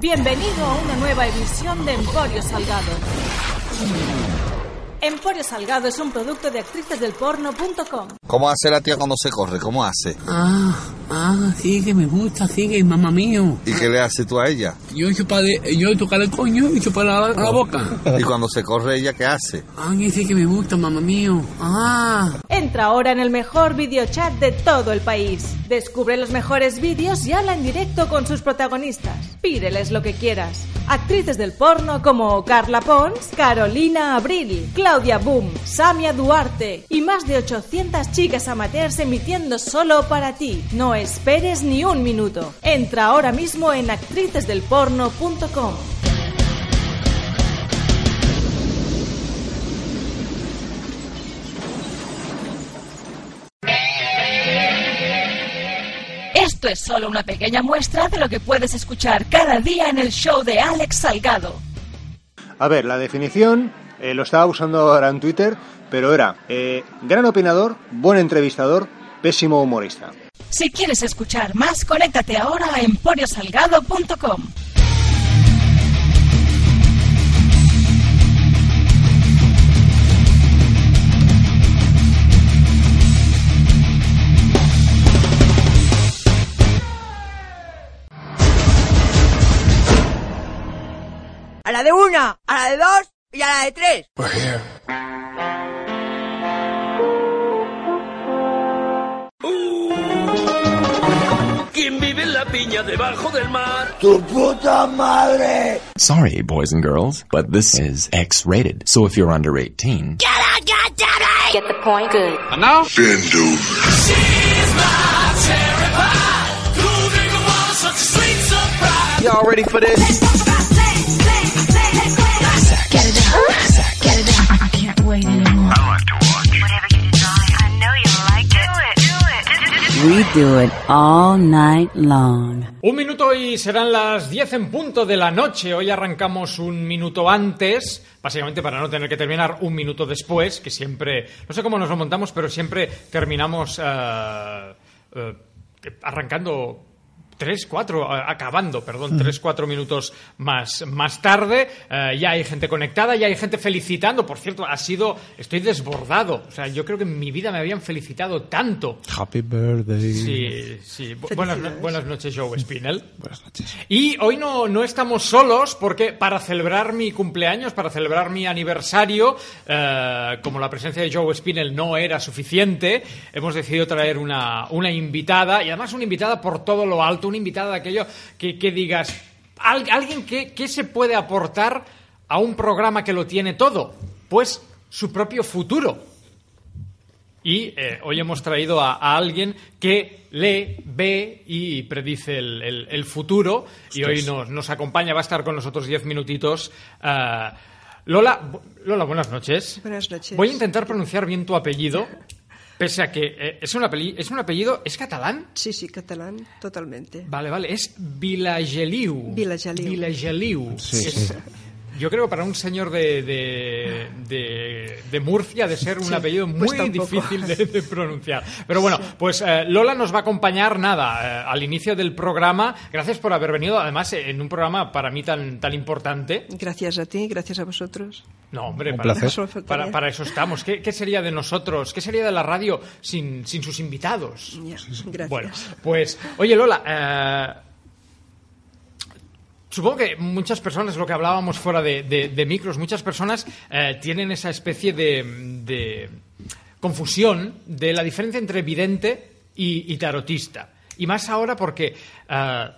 Bienvenido a una nueva edición de Emporio Salgado. Emporio Salgado es un producto de actrices del porno.com. ¿Cómo hace la tía cuando se corre? ¿Cómo hace? Ah, ah, sigue, me gusta, sigue, mamá mío. ¿Y qué le haces tú a ella? Yo chuparé, yo tocar el coño y chupar la, Oh. la boca. ¿Y cuando se corre ella qué hace? Ay, sí que me gusta, mamá mío. Ah, Entra ahora en el mejor videochat de todo el país. Descubre los mejores vídeos y habla en directo con sus protagonistas. Pídeles lo que quieras. Actrices del porno como Carla Pons, Carolina Abril, Claudia Boom, Samia Duarte y más de 800 chicas amateurs emitiendo solo para ti. No esperes ni un minuto. Entra ahora mismo en actricesdelporno.com. Esto es solo una pequeña muestra de lo que puedes escuchar cada día en el show de Alex Salgado. A ver, la definición eh, lo estaba usando ahora en Twitter, pero era eh, gran opinador, buen entrevistador, pésimo humorista. Si quieres escuchar más, conéctate ahora a emporiosalgado.com. a la de una, a la de dos y a la de tres. ¿Quién vive en la piña debajo del mar? Sorry, boys and girls, but this is X rated. So if you're under 18, We do it all night long. Un minuto y serán las 10 en punto de la noche. Hoy arrancamos un minuto antes, básicamente para no tener que terminar un minuto después, que siempre, no sé cómo nos lo montamos, pero siempre terminamos eh, eh, arrancando tres, cuatro, eh, acabando, perdón, tres, cuatro minutos más, más tarde. Eh, ya hay gente conectada, ya hay gente felicitando. Por cierto, ha sido, estoy desbordado. O sea, yo creo que en mi vida me habían felicitado tanto. Happy birthday. Sí, sí. Bu- Buenas, buenas noches, Joe Spinell. Buenas noches. Y hoy no, no estamos solos porque para celebrar mi cumpleaños, para celebrar mi aniversario, eh, como la presencia de Joe Spinell no era suficiente, hemos decidido traer una, una invitada, y además una invitada por todo lo alto, una invitada de aquello que, que digas, al- alguien que, que se puede aportar a un programa que lo tiene todo, pues su propio futuro. Y eh, hoy hemos traído a, a alguien que lee, ve y predice el, el- el futuro. Y hoy nos, nos acompaña, va a estar con nosotros diez minutitos. ah, Lola, bu- Lola, buenas noches. Buenas noches. Voy a intentar pronunciar bien tu apellido, pese a que eh, es, un apelli- es un apellido, ¿es catalán? Sí, sí, catalán, totalmente. Vale, vale, es Vilageliu. Vilageliu. Vilageliu. Es- Yo creo que para un señor de, de, de- de Murcia de ser un apellido muy cuesta un poco. difícil de, de pronunciar. Pero bueno, pues eh, Lola nos va a acompañar nada eh, al inicio del programa. Gracias por haber venido, además eh, en un programa para mí tan, tan importante. Gracias a ti, gracias a vosotros. No, hombre, Un para, placer. para, para eso estamos. ¿Qué, qué sería de nosotros? ¿Qué sería de la radio sin, sin sus invitados? Ya, gracias. Bueno, pues, oye Lola, eh, supongo que muchas personas, lo que hablábamos fuera de, de- de micros, muchas personas eh, tienen esa especie de, de confusión de la diferencia entre vidente y, y tarotista. Y más ahora porque... eh,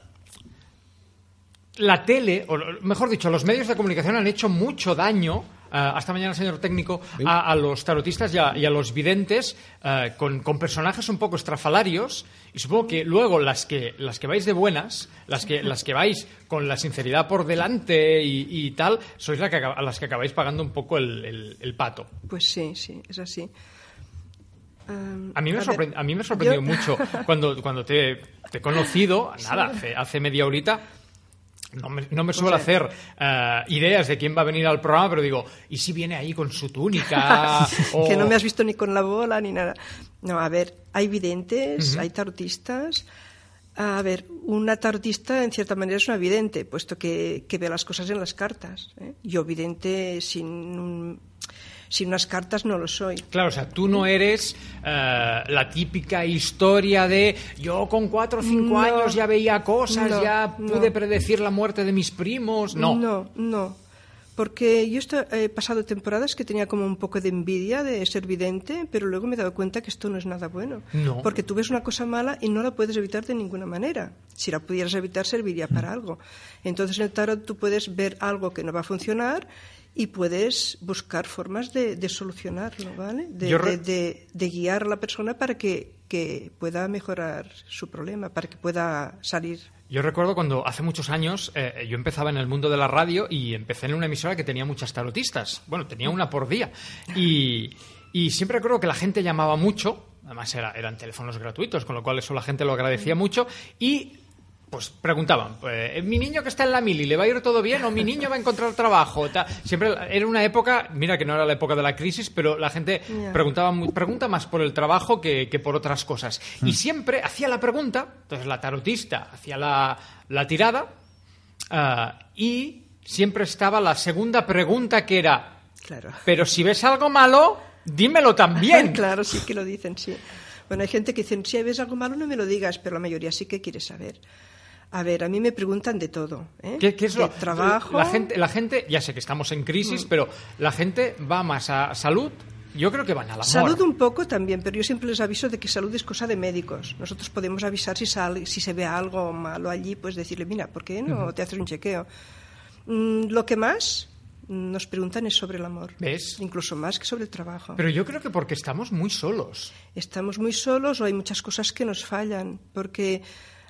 la tele, o lo- mejor dicho, los medios de comunicación han hecho mucho daño Ah, hasta mañana, señor técnico, a, a los tarotistas y a, y a los videntes eh, con, con personajes un poco estrafalarios. Y supongo que luego las que, las que vais de buenas, las que, las que vais con la sinceridad por delante y, y tal, sois la que, acaba- a las que acabáis pagando un poco el, el- el pato. Pues sí, sí, es así. Em, A mí me, ver, sorpre- a mí me yo- sorprendió mucho cuando, cuando te, te he conocido, Sí. nada, hace, hace media horita. No me, no me suele Pues, eh. hacer eh, ideas de quién va a venir al programa, pero digo, ¿y si viene ahí con su túnica? o- Que no me has visto ni con la bola ni nada. No, a ver, hay videntes, Ujú. hay tarotistas. A ver, una tarotista en cierta manera es una vidente, puesto que, que ve las cosas en las cartas. ¿eh? Yo vidente sin, un- sin unas cartas no lo soy. Claro, o sea, tú no eres eh, la típica historia de yo con cuatro o cinco No. años ya veía cosas, No, ya no. pude predecir la muerte de mis primos. No. No, no. Porque yo esta- he pasado temporadas que tenía como un poco de envidia de ser vidente, pero luego me he dado cuenta que esto no es nada bueno. No. Porque tú ves una cosa mala y no la puedes evitar de ninguna manera. Si la pudieras evitar, serviría Mm. para algo. Entonces en el tarot tú puedes ver algo que no va a funcionar y puedes buscar formas de, de solucionarlo, ¿vale? De, Yo de- re- de- de guiar a la persona para que, que pueda mejorar su problema, para que pueda salir. Yo recuerdo cuando hace muchos años eh, yo empezaba en el mundo de la radio y empecé en una emisora que tenía muchas tarotistas. Bueno, tenía una por día. Y, y siempre recuerdo que la gente llamaba mucho, además era- eran teléfonos gratuitos, con lo cual eso la gente lo agradecía mucho. Y pues preguntaban, eh, mi niño que está en la mili, ¿le va a ir todo bien o mi niño va a encontrar trabajo? Ta- Siempre era una época, mira que no era la época de la crisis, pero la gente Ya. preguntaba mu- pregunta más por el trabajo que, que por otras cosas. Y siempre hacía la pregunta, entonces la tarotista hacía la, la tirada ah, y siempre estaba la segunda pregunta que era, Claro. pero si ves algo malo, dímelo también. claro, sí que lo dicen, sí. Bueno, hay gente que dicen, si ves algo malo no me lo digas, pero la mayoría sí que quiere saber. A ver, a mí me preguntan de todo. ¿eh? ¿Qué, qué es de lo trabajo? Mm. La gente, la gente, ya sé que estamos en crisis, pero la gente va más a salud. Yo creo que van al amor. Salud un poco también, pero yo siempre les aviso de que salud es cosa de médicos. Nosotros podemos avisar si, sale, si se ve algo malo allí, pues decirle, mira, ¿por qué no Ujú. te haces un chequeo? Mm, lo que más nos preguntan es sobre el amor. ¿Ves? Incluso más que sobre el trabajo. Pero yo creo que porque estamos muy solos. estamos muy solos o hay muchas cosas que nos fallan. Porque,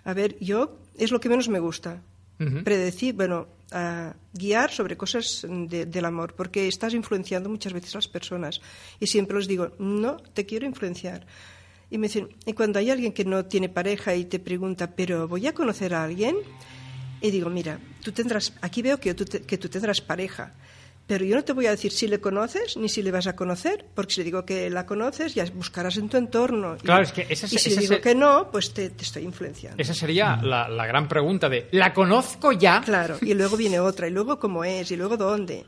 a ver, yo es lo que menos me gusta. Ujú. Predecir, bueno, ah, guiar sobre cosas de- del amor, porque estás influenciando muchas veces a las personas. Y siempre les digo, no te quiero influenciar. Y me dicen, y cuando hay alguien que no tiene pareja y te pregunta, pero voy a conocer a alguien, y digo, mira, tú tendrás, aquí veo que tú, te- que tú tendrás pareja, pero yo no te voy a decir si le conoces ni si le vas a conocer, porque si le digo que la conoces, ya buscarás en tu entorno. Y- Claro, es que ese es- y si ese le es digo el- que no, pues te, te estoy influenciando. Esa sería la, la gran pregunta de ¿la conozco ya? Claro, y luego viene otra, y luego cómo es, y luego dónde.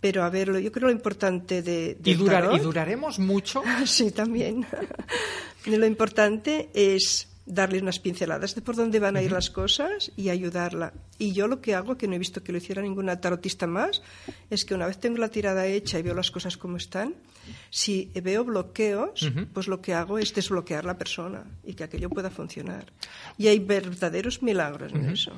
Pero a ver, lo- yo creo lo importante de... ¿Y, del durar- tarot- y duraremos mucho? Ah, Sí, también. lo importante es darle unas pinceladas de por dónde van a ir las cosas y ayudarla. Y yo lo que hago, que no he visto que lo hiciera ninguna tarotista más, es que una vez tengo la tirada hecha y veo las cosas como están, si veo bloqueos, Ujú. pues lo que hago es desbloquear la persona y que aquello pueda funcionar. Y hay verdaderos milagros en eso.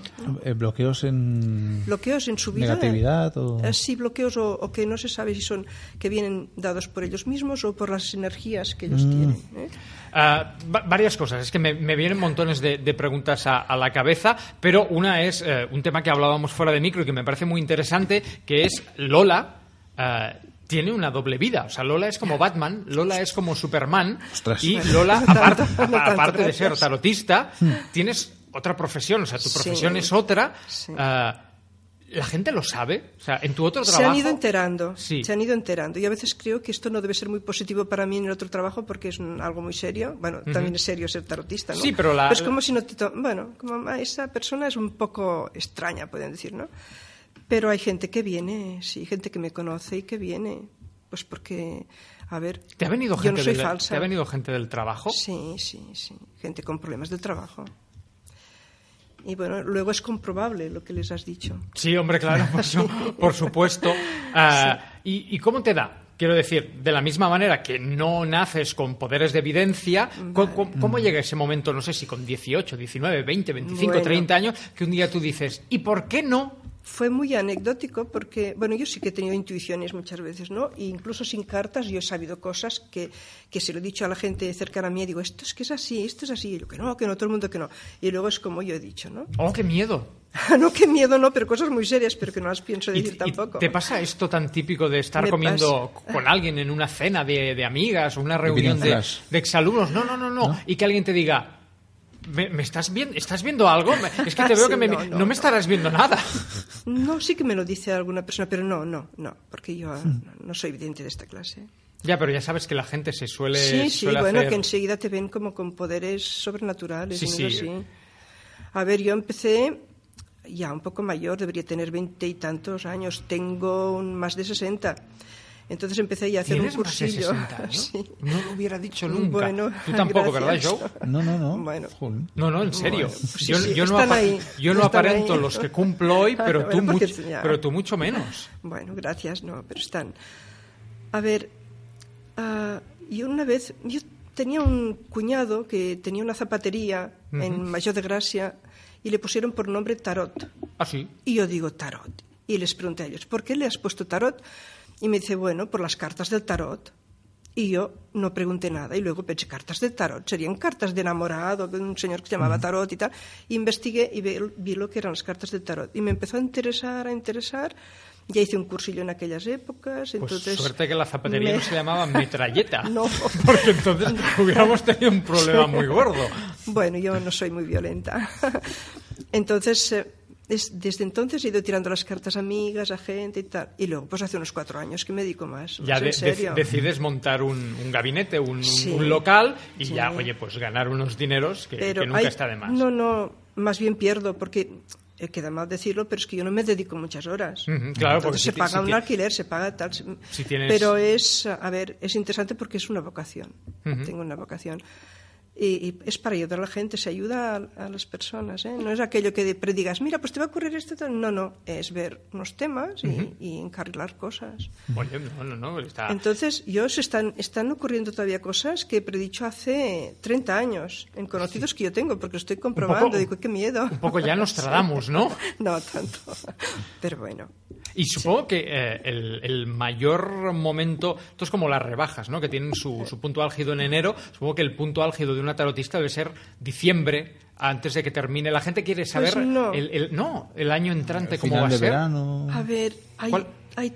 Eh, bloqueos en. bloqueos en su vida. Negatividad o- Eh, Sí, bloqueos o, o que no se sabe si son que vienen dados por ellos mismos o por las energías que ellos Mm. tienen. ¿eh? Ah, va- varias cosas. Es que me, me vienen montones de, de preguntas a, a la cabeza, pero una es eh, un tema que hablábamos fuera de micro y que me parece muy interesante, que es Lola. ah, tiene una doble vida. O sea, Lola es como Batman, Lola es como Superman. Ostras. Y Bueno, Lola, no tanto, aparte, Hmm. no apa- tanto, aparte de ser gracias. tarotista, tienes otra profesión. O sea, tu Sí. profesión es otra. Ah, la gente lo sabe. O sea, en tu otro Se trabajo. han ido enterando, Sí. se han ido enterando. Y a veces creo que esto no debe ser muy positivo para mí en el otro trabajo porque es un- algo muy serio. Bueno, Ujú. también es serio ser tarotista, ¿no? Sí, pero la- es como si no te... to- Bueno, como "Ah, esa persona es un poco extraña, pueden decir, ¿no? Pero hay gente que viene, sí, gente que me conoce y que viene. Pues porque, a ver, ¿Te ha venido yo gente no soy del- falsa. ¿Te ha venido gente del trabajo? Sí, sí, sí. Gente con problemas de trabajo. Y bueno, luego es comprobable lo que les has dicho. Sí, hombre, claro, por, su- por supuesto. Ah, ¿y, y cómo te da? Quiero decir, de la misma manera que no naces con poderes de evidencia, ¿cómo, cómo- cómo llega ese momento, no sé si con 18, 19, 20, 25, Bueno. 30 años, que un día tú dices, ¿y por qué no fue muy anecdótico porque, bueno, yo sí que he tenido intuiciones muchas veces, ¿no? E incluso sin cartas yo he sabido cosas que, que se lo he dicho a la gente cercana a mí, digo, esto es que es así, esto es así, y yo, que no, que no, todo el mundo que no. Y luego es como yo he dicho, ¿no? ¡Oh, qué miedo! no, qué miedo, no, pero cosas muy serias, pero que no las pienso ¿Y- decir y tampoco. ¿Te pasa esto tan típico de estar Me comiendo pasa. con alguien en una cena de, de amigas o una viene reunión un de, flash. de exalumnos? No, no, no, no, Y que alguien te diga, ¿me, me estás, viendo, estás viendo algo? Me- Es que te veo Ah, Sí, que me, no, mi- no, me estarás viendo nada. No, sí que me lo dice alguna persona, pero no, no, no, porque yo ah, Hmm. no soy evidente de esta clase. Ya, pero ya sabes que la gente se suele, Sí, sí, suele bueno, hacer... que enseguida te ven como con poderes sobrenaturales. Sí, y no sí. sé. A ver, yo empecé ya un poco mayor, debería tener veinte y tantos años, tengo un- más de 60. Entonces empecé ya a hacer un ¿Tienes más de cursillo. 60 años? Sí. No lo hubiera dicho nunca. Bueno, Tú tampoco, gracias. ¿verdad, Joe? No, no, no. Bueno. No, no, en serio. Bueno, pues sí, yo, sí, yo no están apa- ahí, yo no están aparento ahí. Ah, los que cumplo hoy, pero, tú, Bueno, porque mucho, ya. pero tú mucho menos. Bueno, gracias, no, pero están. A ver, ah, yo una vez, yo tenía un cuñado que tenía una zapatería Ujú. en Mayor de Gracia y le pusieron por nombre Tarot. Ah, sí. Y yo digo Tarot. Y les pregunté a ellos, ¿por qué le has puesto Tarot? Y me dice, bueno, por las cartas del Tarot. Y yo no pregunté nada y luego pensé, cartas de tarot, serían cartas de enamorado, de un señor que se llamaba tarot y tal. Y investigué y ve- vi lo que eran las cartas de tarot. Y me empezó a interesar, a interesar. Ya hice un cursillo en aquellas épocas. Pues Entonces suerte que la zapatería me- no se llamaba metralleta. No. Porque entonces hubiéramos tenido un problema muy gordo. Bueno, yo no soy muy violenta. Entonces, eh, es- desde entonces he ido tirando las cartas a amigas, a gente y tal. Y luego, pues hace unos cuatro años que me dedico más. Ya más en de- de- serio. decides montar un, un gabinete, un, un- Sí. un local y Sí. ya, oye, pues ganar unos dineros que, que nunca hay- está de más. No, no, más bien pierdo porque eh, queda mal decirlo, pero es que yo no me dedico muchas horas. Ujú, claro, porque Entonces si se ti- paga si un ti- alquiler, se paga tal. se- Si tienes- Pero es, a ver, es interesante porque es una vocación. Ujú. Tengo una vocación. Y, y es para ayudar a la gente, se ayuda a, a las personas. ¿eh? No es aquello que de- predigas, mira, pues te va a ocurrir esto. tal". No, no, es ver unos temas y- Ujú. Ah. y encarrilar cosas. Oye, no, no, no, está... Entonces, yo se están, están ocurriendo todavía cosas que he predicho hace 30 años en conocidos que yo tengo, porque lo estoy comprobando. poco- digo, qué miedo. un poco ya Nostradamus, ¿no? No tanto. Pero bueno. Y supongo que eh, el, el mayor momento, esto es como las rebajas, ¿no? Que tienen su, su punto álgido en enero. Supongo que el punto álgido de una tarotista debe ser diciembre, antes de que termine. La gente quiere saber no. el, el- no, el año entrante El cómo final va a de ser. verano. A ver, hay, ¿Cuál? hay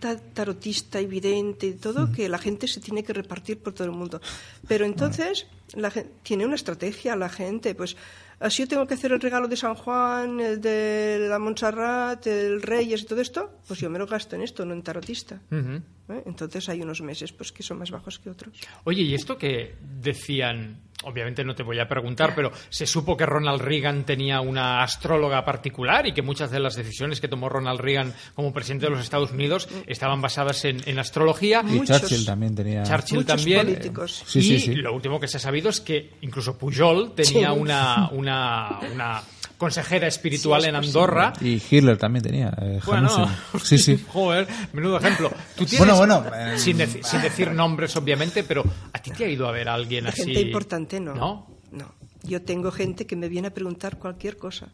tanta tarotista y vidente y todo que la gente se tiene que repartir por todo el mundo. Pero entonces la gen- tiene una estrategia la gente, pues ah, si yo tengo que hacer el regalo de San Juan, el de la Montserrat, el Reyes y todo esto, pues yo me lo gasto en esto, no en tarotista. Ujú. ¿eh? Entonces hay unos meses pues que son más bajos que otros. Oye, y esto que decían, obviamente no te voy a preguntar, pero se supo que Ronald Reagan tenía una astróloga particular y que muchas de las decisiones que tomó Ronald Reagan como presidente de los Estados Unidos estaban basadas en, en astrología. Y Muchos. Churchill también tenía. Churchill Muchos también. políticos. Ah. Sí, y sí, sí. lo último que se ha sabido es que incluso Pujol tenía Sí. una, una, una consejera espiritual Sí, es en posible. Andorra. Y Hitler también tenía. eh, Bueno, Hanussen. Sí, sí. joder, menudo ejemplo. Tú tienes, Bueno, bueno, eh, Sin, deci- sin decir nombres, obviamente, pero ¿a ti te ha ido a ver alguien La así? gente importante no. ¿No? No. Yo tengo gente que me viene a preguntar cualquier cosa.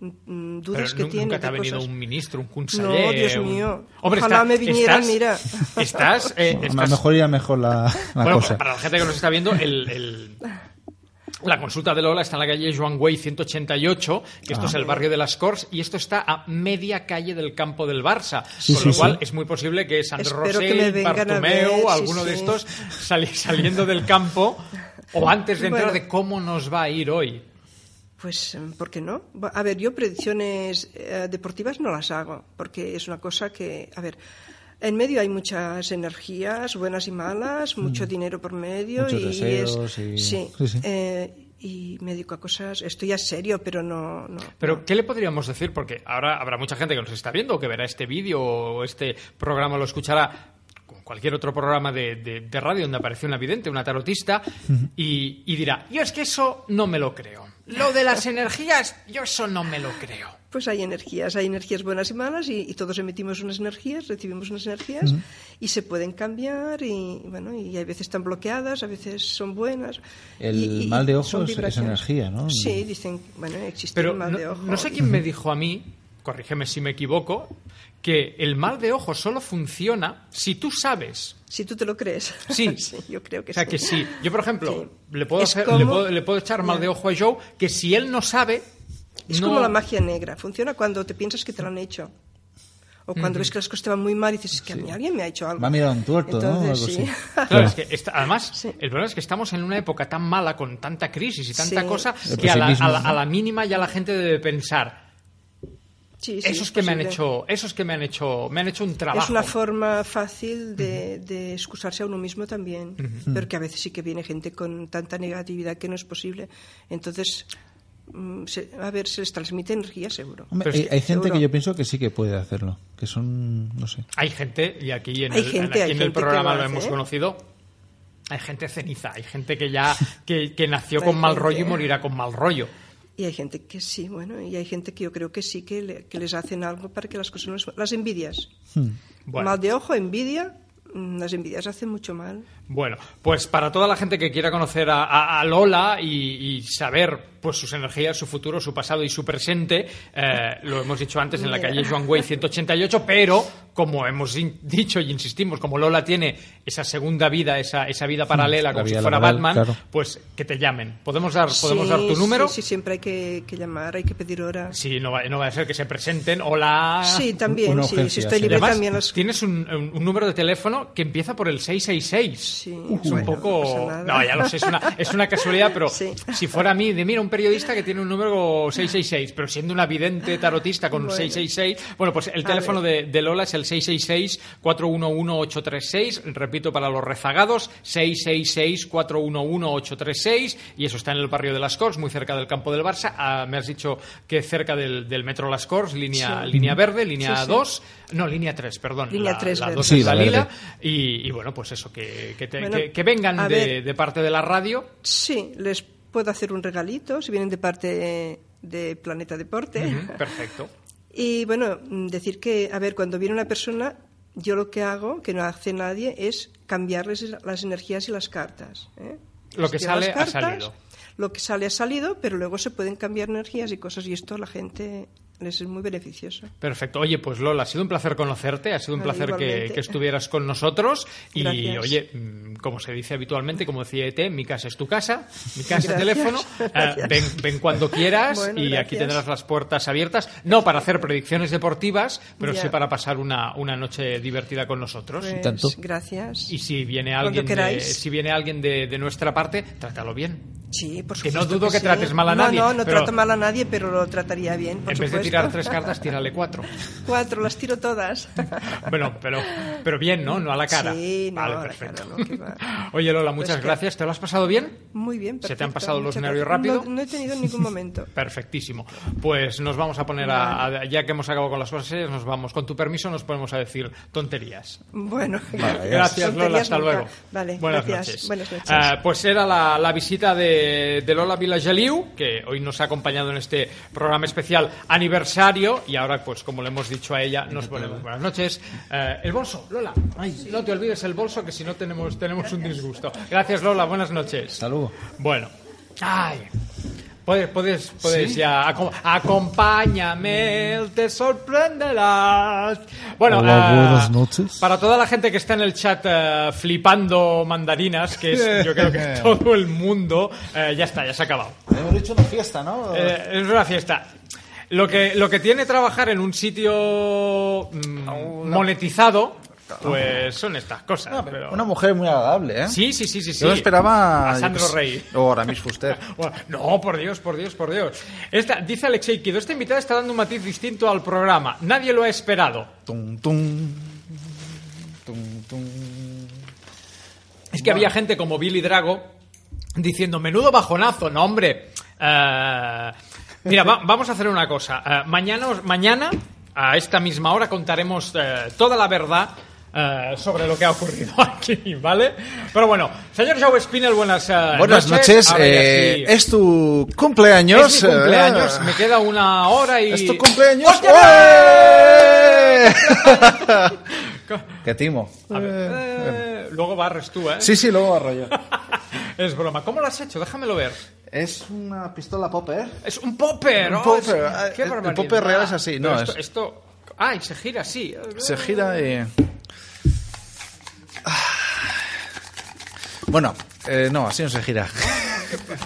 Mm, mm, Pero Dudas nu- que tiene nunca te de ha venido cosas. un ministro, un conseller. No, Dios un- mío. Hombre, Ojalá está- me viniera, estás- mira. Estás, eh, A lo estás- mejor iba mejor la, la bueno, cosa. para la gente que nos está viendo, el- el- la consulta de Lola está en la calle Joan Güey 188, que esto Ah. es el barrio de las Corts, y esto está a media calle del campo del Barça. Sí, con sí, lo sí. cual es muy posible que Sandro Espero que me Rosell, vengan a Bartomeu, ver, sí, alguno de sí. estos, sali- saliendo del campo, o antes de entrar, Bueno. de cómo nos va a ir hoy. Pues, mm, ¿por qué no? Bu- A ver, yo predicciones eh, deportivas no las hago, porque es una cosa que, a ver, en medio hay muchas energías, buenas y malas, mucho dinero por medio. Mm. Muchos y deseos es, y- Sí, sí, sí. eh, y me dedico a cosas, estoy ya serio, pero no... no Pero, ¿qué le podríamos decir? Porque ahora habrá mucha gente que nos está viendo, que verá este vídeo o este programa, lo escuchará como cualquier otro programa de, de- de radio donde aparece una vidente, una tarotista, y, y dirá, yo es que eso no me lo creo. Lo de las energías, yo eso no me lo creo. Pues hay energías, hay energías buenas y malas y, y todos emitimos unas energías, recibimos unas energías y se pueden cambiar y bueno, y hay veces están bloqueadas, a veces son buenas. El Y- y- mal de y ojo son es- es vibraciones. energía, ¿no? Sí, dicen, bueno, existe Pero el mal de no, ojo. no sé quién me dijo a mí corrígeme si me equivoco, que el mal de ojo solo funciona si tú sabes. Si tú te lo crees. Sí. yo creo que o sea sí. que sí. Yo, por ejemplo, le, puedo Es hacer- como- le, puedo, le puedo echar mal de ojo a Joe que si él no sabe... Es no- como la magia negra. Funciona cuando te piensas que te la han hecho. O cuando Ujú. ves que las cosas te van muy mal y dices, es que a mí alguien me ha hecho algo. Me ha mirado un tuerto, ¿no? Algo Entonces, sí. así. Claro, es que esta- además el problema es que estamos en una época tan mala con tanta crisis y tanta Sí. cosa El que a la, pesimismo, a la- ¿no? a la mínima ya la gente debe pensar Sí, sí, esos es que me han posible. hecho esos que me han hecho me han hecho un trabajo Es una forma fácil de, de excusarse a uno mismo también, Ujú. pero que a veces sí que viene gente con tanta negatividad que no es posible. Entonces, mm, se- a ver, se les transmite energía seguro. Hombre, hay, hay gente que yo pienso que sí que puede hacerlo. Que son, no sé. hay gente y aquí en Hay el, gente, hay aquí en el gente que programa lo lo hace, hemos ¿eh? conocido hay gente ceniza hay gente que ya que, que nació Hay con mal gente. rollo y morirá con mal rollo Y hay gente que sí, bueno, y hay gente que yo creo que sí que, le- que les hacen algo para que las cosas no les... Las envidias. Bueno. Mal de ojo, envidia, mm, las envidias hacen mucho mal. Bueno, pues para toda la gente que quiera conocer a, a- a Lola y, y saber pues sus energías, su futuro, su pasado y su presente, eh, lo hemos dicho antes en la Mira. calle Joan Güey 188, pero como hemos in- dicho y insistimos, como Lola tiene esa segunda vida, esa, esa vida paralela Mm, la como vida si fuera laboral, Batman, claro. pues que te llamen. Podemos dar, Pues, podemos Sí, dar tu sí, número. Sí, siempre hay que, que llamar, hay que pedir hora. Sí, no va, no va a ser que se presenten. Hola. Sí, también, Ah, Una sí, urgencia, si estoy sí. libre Además, también las- Tienes un, un- un número de teléfono que empieza por el 666. es un bueno, no poco. pasa nada. No, ya lo sé, es una, es una casualidad, pero si fuera a mí, de mira, un periodista que tiene un número 666, pero siendo una vidente tarotista con un Bueno. 666. Bueno, pues el A teléfono de, de Lola es el 666-411-836. Repito, para los rezagados, 666-411-836. Y eso está en el barrio de Las Corts, muy cerca del campo del Barça. Ah, me has dicho que cerca del, del metro Las Corts, línea, Sí. línea verde, Sí, línea sí. 2. No, línea 3, perdón. Línea la, tres la verde. 2 Sí, es la, la verde. lila. Y, y bueno, pues eso, que, que te- Bueno, que- que vengan a de, ver. de parte de la radio. Sí, les puedo hacer un regalito si vienen de parte de Planeta Deporte. Ujú, Perfecto. Y bueno, mm, decir que, a ver, cuando viene una persona, yo lo que hago, que no hace nadie, es cambiarles es- las energías y las cartas. ¿eh? Lo que Les llevo las sale, ha salido. Lo que sale ha salido, pero luego se pueden cambiar energías y cosas, y esto a la gente les es muy beneficioso. Perfecto. Oye, pues Lola, ha sido un placer conocerte, ha sido un Vale, placer que, igualmente. que estuvieras con nosotros. Y Gracias. oye, mm, como se dice habitualmente, como decía ET, mi casa es tu casa, mi casa Gracias, es teléfono, eh, gracias. ven, ven cuando quieras Bueno, y gracias. aquí tendrás las puertas abiertas, no para hacer predicciones deportivas, pero Ya. sí para pasar una, una noche divertida con nosotros. Pues, Gracias. Y si viene Cuando alguien, de, queráis. si viene alguien de, de nuestra parte, trátalo bien. Sí, por Que no supuesto dudo que sí. trates mal a No, nadie, No, no pero- trato mal a nadie, pero lo trataría bien, por en vez supuesto. de tirar tres cartas, tírale cuatro. Cuatro, las tiro todas. Bueno, pero, pero bien, ¿no? No a la cara. Sí, no, vale, a la perfecto. cara no, que va. Oye, Lola, muchas Pues que- gracias. ¿Te lo has pasado bien? Muy bien, ¿Se te han perfecto, pasado los muchas nervios gracias. rápido? No, no he tenido en ningún momento. Perfectísimo. Pues nos vamos a poner a, a- Ya que hemos acabado con las cosas serias, nos vamos. Con tu permiso, nos ponemos a decir tonterías. Bueno, Gracias, tonterías Lola. Hasta nunca. luego. Vale, Buenas gracias. noches. Buenas noches. Ah, pues era la, la visita de, de Lola Villageliu, que hoy nos ha acompañado en este programa especial aniversario. Y ahora, pues como le hemos dicho a ella, nos ponemos buenas noches. Eh, el bolso, Lola. No te olvides el bolso, que si no tenemos, tenemos un disgusto. Gracias, Lola. Buenas noches. Saludos. Bueno. Ay. Puedes, puedes, puedes ¿Sí? ya. Acom- acompáñame, te sorprenderás. Bueno, ah, noches. para toda la gente que está en el chat eh, flipando mandarinas, que es yo creo que todo el mundo, eh, ya está, ya se ha acabado. Hemos dicho una fiesta, ¿no? Eh, es una fiesta. Lo que, lo que tiene trabajar en un sitio mm, monetizado, pues son estas cosas. pero- Ah. Una mujer muy agradable, ¿eh? Sí, sí, sí, sí. sí. Yo lo esperaba. A Sandro yo qué sé, Rey. O ahora mismo usted. Bueno, No, por Dios, por Dios, por Dios. Esta, dice Alexei Kido, esta invitada está dando un matiz distinto al programa. Nadie lo ha esperado. Tum, tum. Tum, tum. Es que había gente como Billy Drago diciendo, menudo bajonazo, no hombre. Eh, mira, va- vamos a hacer una cosa. Eh, mañana, os- mañana, a esta misma hora, contaremos eh, toda la verdad eh, sobre lo que ha ocurrido aquí, ¿vale? Pero bueno, señor Joe Spinell, buenas, eh, Buenas noches. Ahora ya eh, sí. Es tu cumpleaños. Es mi cumpleaños, eh, me queda una hora y... ¿Es tu cumpleaños? ¡Hostia! ¡Ué! ¡Qué timo! A ver, eh, luego barres tú, ¿eh? Sí, sí, luego arroyo. Es broma. ¿Cómo lo has hecho? Déjamelo ver. Es una pistola popper. Es un popper, Un oh, popper. es- Ah, qué el- el barbaridad. popper real es así, no, Pero Esto, es- esto- Ah, y se gira así. Se gira y... Bueno, eh, no, así no se gira.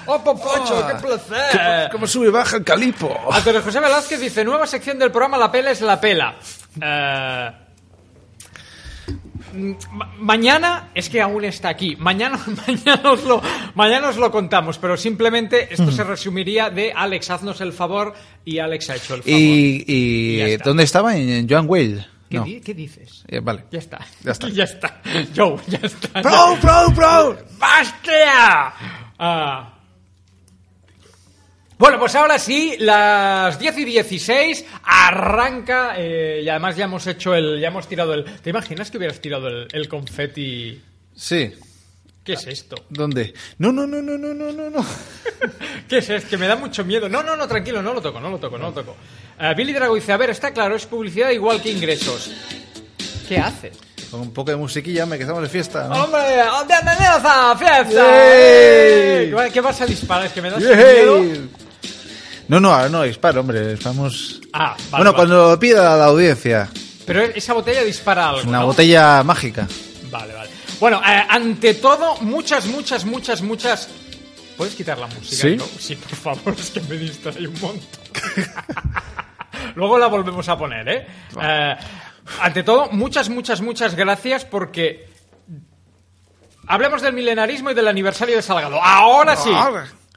¡Oh, popocho, Ah. qué placer! Como sube y baja el calipo. Antonio José Velázquez dice, nueva sección del programa La Pela es la Pela. Eh, mm, ma- mañana, es que aún está aquí, mañana, mañana, os lo, mañana os lo contamos, pero simplemente esto Mm. se resumiría de Alex, haznos el favor y Alex ha hecho el favor. ¿Y, y dónde estaba? ¿En, en Joan Whale? ¿Qué, no. di- qué dices? Eh, vale. Ya está. Ya está. ya está. Joe, ya está. ¡Pro, pro, pro! ¡Bastia! Ah. Bueno, pues ahora sí, las 10 y 16 arranca eh, y además ya hemos hecho el. Ya hemos tirado el. ¿Te imaginas que hubieras tirado el, el confeti? Sí. ¿Qué es esto? ¿Dónde? No, no, no, no, no, no, no, no. ¿Qué es esto? Que me da mucho miedo. No, no, no, tranquilo, no lo toco, no lo toco, no lo toco. Eh, Billy Drago dice: A ver, está claro, es publicidad igual que ingresos. ¿Qué hace? Con un poco de musiquilla me quedamos de fiesta. ¿no? ¡Hombre! ¡Bienvenidos a la fiesta! ¡Yay! ¡Eh! ¿Qué vas a disparar? Es que me das ¡Yay! miedo. No, no, ahora no disparo, hombre. Estamos. Ah, vale, bueno, vale. cuando lo pida la audiencia. Pero esa botella dispara algo. Es una ¿no? botella mágica. Vale, vale. Bueno, eh, ante todo, muchas, muchas, muchas, muchas. ¿Puedes quitar la música? ¿Sí? no? Sí, por favor, es que me distrae un montón. Luego la volvemos a poner, ¿eh? Eh, Ante todo, muchas, muchas, muchas gracias porque. Hablemos del milenarismo y del aniversario de Salgado. ¡Ahora sí!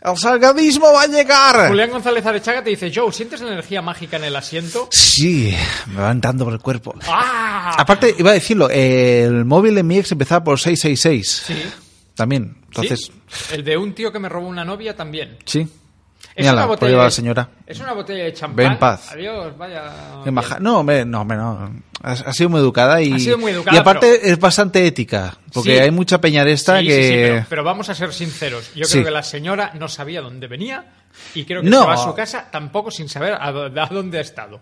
¡El salgadismo va a llegar! Julián González Arechaga te dice: Joe, ¿sientes la energía mágica en el asiento? Sí, me van dando por el cuerpo. ¡Ah! Aparte, iba a decirlo, eh, el móvil de mi ex empezaba por 666. Sí. También. Entonces, ¿Sí? El de un tío que me robó una novia también. sí. Es Mírala, una por ahí botella va la de- señora. Es una botella de champán. Ve en paz. Adiós, vaya. Qué maja- No, hombre, no, hombre, no. Ha, ha sido muy educada y. Ha sido muy educada, y aparte es bastante ética. Porque Sí. hay mucha peña de esta Sí, sí, que. sí, pero, pero vamos a ser sinceros. Yo Sí. creo que la señora no sabía dónde venía y creo que No. se va a su casa tampoco sin saber a, dó- a dónde ha estado.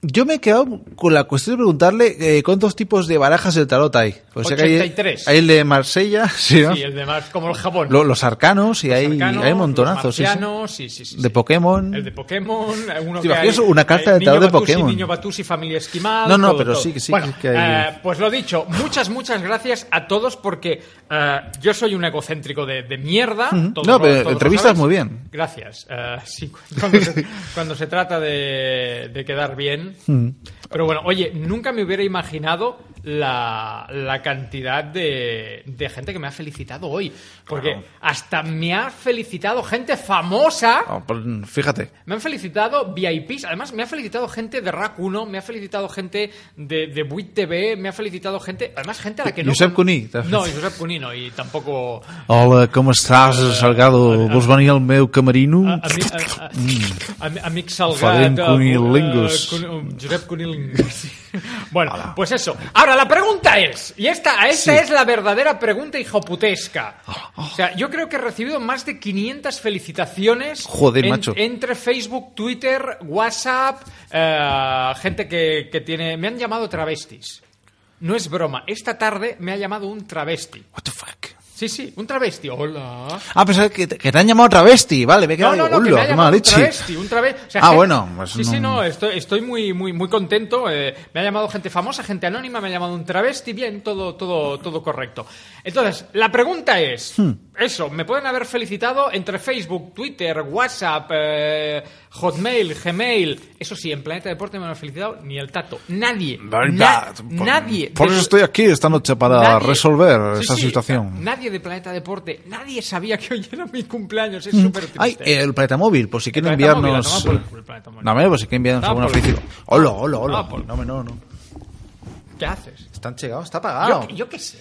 Yo me he quedado con la cuestión de preguntarle eh, cuántos tipos de barajas del tarot hay. Pues sé que hay- 83. Hay, el de Marsella, sí, ¿no? Sí, el de más, como el jabón. Lo- los arcanos y hay, Arcanos, hay montonazos. los sí, sí. marcianos, sí, sí, sí, De sí. Pokémon. El de Pokémon, eh, uno ¿Te que hay, imaginas una carta eh, de tarot Niño de Batusi, Pokémon? Niño Batusi, familia esquimal. No, no, todo, pero todo. sí que sí, Bueno, que hay- eh, pues lo dicho, muchas, muchas gracias a todos porque eh, yo soy un egocéntrico de, de mierda. Ujú. todos No, lo- pero todos lo entrevistas sabéis. muy bien. Gracias. Eh, sí, cuando se, cuando se trata de, de quedar bien. Mm. Pero bueno, oye, nunca me hubiera imaginado la, la cantidad de, de gente que me ha felicitado hoy. Porque hasta me ha felicitado gente famosa. Ah, pues, fíjate. Me han felicitado VIPs, además me ha felicitado gente de RAC 1, me ha felicitado gente de, de Buit TV, me ha felicitado gente, además gente a la que no... Josep Cuní, te ha No, Josep Cuní no, y tampoco... Hola, ¿cómo estás, Salgado? ¿Vos venir al meu camerino? A, a, mi- a, a- a- a Mick Salgat, Fadén a- Cunilingus. a- a- eh, Cun- a- Josep Cunilingus. Sí. Bueno, pues eso. Ahora, la pregunta es, y esta, a esta Sí. Ah, es la verdadera pregunta hijoputesca. O sea, yo creo que he recibido más de 500 felicitaciones Joder, en- macho. entre Facebook, Twitter, WhatsApp, eh, gente que, que tiene... Me han llamado travestis. No es broma, esta tarde me ha llamado un travesti. What the fuck? Sí, sí, un travesti. Hola. Ah, pensaba que, te- que te han llamado travesti. Vale, me he quedado. No, no, no, digo, que me "Hola, ha qué llamado mala un leche". travesti, un travesti. O sea, Ah, gente- bueno, pues sí, sí, no- no, estoy, estoy muy, muy, muy contento. eh, me ha llamado gente famosa, gente anónima, me ha llamado un travesti, bien, todo, todo, todo correcto. Entonces, la pregunta es, Hmm. eso, me pueden haber felicitado entre Facebook, Twitter, WhatsApp, eh, Hotmail, Gmail. Eso sí, en Planeta Deporte me han felicitado ni el tato, nadie, na- Por- nadie. Por eso Des- estoy aquí esta noche para Nadie- resolver esa Sí, sí, o sea, situación. Nadie de Planeta Deporte, nadie sabía que hoy era mi cumpleaños, es Mm. súper triste. Ay, el planeta móvil, por si quieren planeta móvil, enviarnos. a tomar por el culo, el planeta móvil. No, hombre, por si quieren enviarnos Ah, alguna por el felicitación. culo. Hola, hola, hola. Ah, por- No, hombre, no, no. ¿Qué haces? Están chegados, está Yo, apagado. yo qué sé.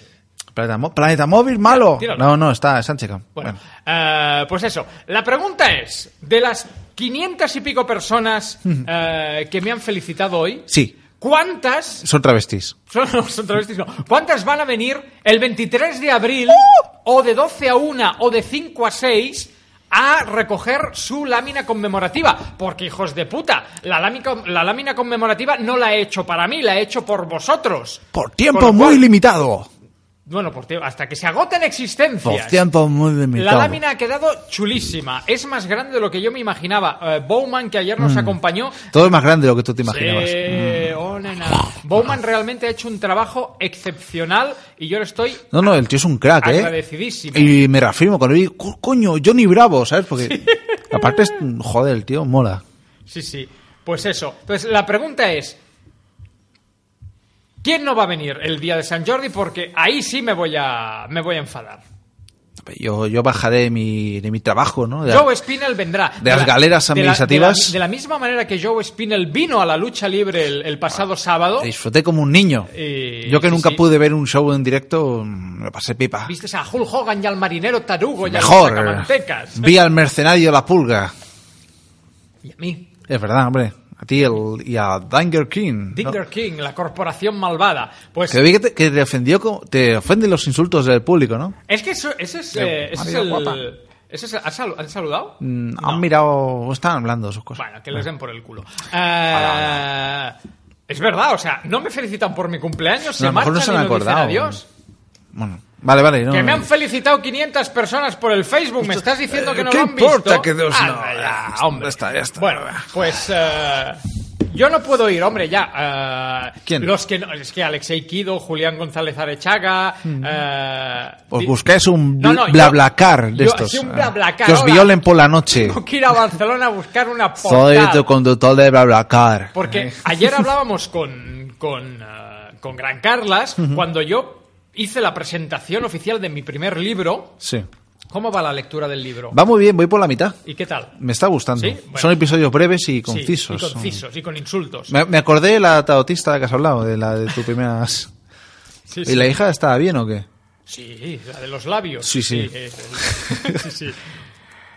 Planeta, mo- planeta móvil, malo. Tíralo. No, no, está, están chegados. Bueno, eh, pues eso. La pregunta es, de las 500 y pico personas eh, que me han felicitado hoy, Sí, ¿cuántas son travestis. son, no, son travestis, no. ¿Cuántas van a venir el 23 de abril ¡Uh! o de 12 a 1 o de 5 a 6 a recoger su lámina conmemorativa? Porque, hijos de puta, la lámina, la lámina conmemorativa no la he hecho para mí, la he hecho por vosotros. Por Con tiempo lo cual- muy limitado. Bueno, por tiempo, hasta que se agoten existencias. Por tiempo muy La limitado. lámina ha quedado chulísima. Es más grande de lo que yo me imaginaba. Eh, Bowman, que ayer nos Mm. acompañó. Todo es más grande de lo que tú te imaginabas. Mm. Eh, oh, nena. Bowman realmente ha hecho un trabajo excepcional y yo le estoy No, no, el tío es un crack, ¿eh? agradecidísimo. Y me reafirmo cuando digo, "Co- coño, Johnny Bravo, ¿sabes? Porque aparte es, joder, el tío mola. Sí, sí. Pues eso. Entonces, la pregunta es... ¿Quién no va a venir el día de San Jordi? Porque ahí sí me voy a, me voy a enfadar. Yo, yo bajaré de mi, de mi trabajo, ¿no? De- Joe Spinell vendrá. de las la- galeras de la- de la- administrativas. De la, misma manera que Joe Spinell vino a la lucha libre el, el pasado sábado. Disfruté como un niño. Eh, Ah, yo que sí, nunca sí. pude ver un show en directo, mm, me pasé pipa. Viste a Hulk Hogan y al marinero Tarugo y a Mejor. los sacamantecas. Vi al mercenario La Pulga. Y a mí. Es verdad, hombre. A ti el- y a Danger King. ¿no? Dinger King, la corporación malvada. Pues Que vi que te, que te ofendió, co- te ofenden los insultos del público, ¿no? es que eso, ese es, Qué eh, ese es marido el... guapa. ese es el- ¿has sal- ¿Han saludado? Mm, pues, Han mirado, o estaban hablando de sus cosas. Bueno, que les den por el culo. Eh, Es verdad, o sea, no me felicitan por mi cumpleaños, No, se a lo mejor marchan no se han y no dicen acordado. adiós. Bueno, vale, vale. no, eh. que me no. han felicitado 500 personas por el Facebook. Me estás diciendo que no eh, ¿qué lo han importa visto? que Dios Ah, no- ya, hombre. Bueno, pues eh, yo no puedo ir, hombre, ya. eh, ¿Quién? Los que no, es que Alexei Kido, Julián González Arechaga. eh, Mm. Os di- buscáis un No, no, yo- blablacar de yo- estos. eh, sí, un BlaBlaCar, que os hola. violen por la noche. Tengo que ir a Barcelona a buscar una Soy portada. tu conductor de blablacar. Porque ayer hablábamos con, con, eh, con Gran Carlas Ujú. cuando yo hice la presentación oficial de mi primer libro. Sí. ¿Cómo va la lectura del libro? Va muy bien, voy por la mitad. ¿Y qué tal? Me está gustando. Sí, bueno. Son episodios breves y Sí, concisos. y concisos y con insultos. Me, me acordé de la tarotista de la que has hablado, de la de tu primera... Sí, ¿Y sí. la hija estaba bien o qué? Sí, la de los labios. Sí, sí. eh, eh, sí, sí.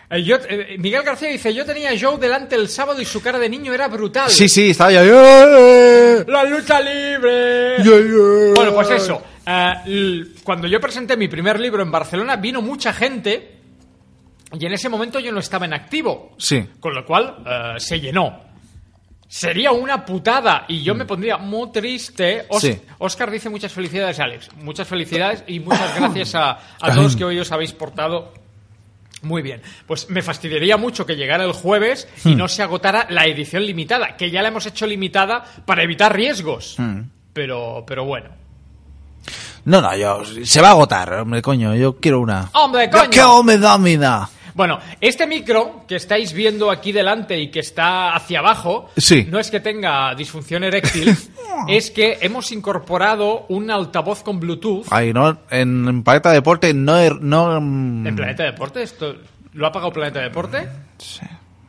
Eh, yo- eh, Miguel García dice, yo tenía a Joe delante el sábado y su cara de niño era brutal. Sí, sí, estaba ya... ¡Eh! La lucha libre. Ya, ya. Bueno, pues eso. Eh, l- cuando yo presenté mi primer libro en Barcelona vino mucha gente y en ese momento yo no estaba en activo. Sí. Con lo cual eh, se llenó. Sería una putada y yo me pondría muy triste. Mm. Sí. Oscar dice muchas felicidades, Alex. Muchas felicidades y muchas gracias a, a todos que hoy os habéis portado muy bien. Pues me fastidiaría mucho que llegara el jueves y Hmm. no se agotara la edición limitada, que ya la hemos hecho limitada para evitar riesgos. Mm. Pero, pero bueno. No, no, yo... Se va a agotar, hombre, coño. Yo quiero una. ¡Hombre, Yo coño! quiero me da, me da. Bueno, este micro que estáis viendo aquí delante y que está hacia abajo, Sí. no es que tenga disfunción eréctil, es que hemos incorporado un altavoz con Bluetooth Ay, no, en, en Planeta Deporte no... he- no mm, en Planeta Deporte. Esto, ¿Lo ha pagado Planeta Deporte?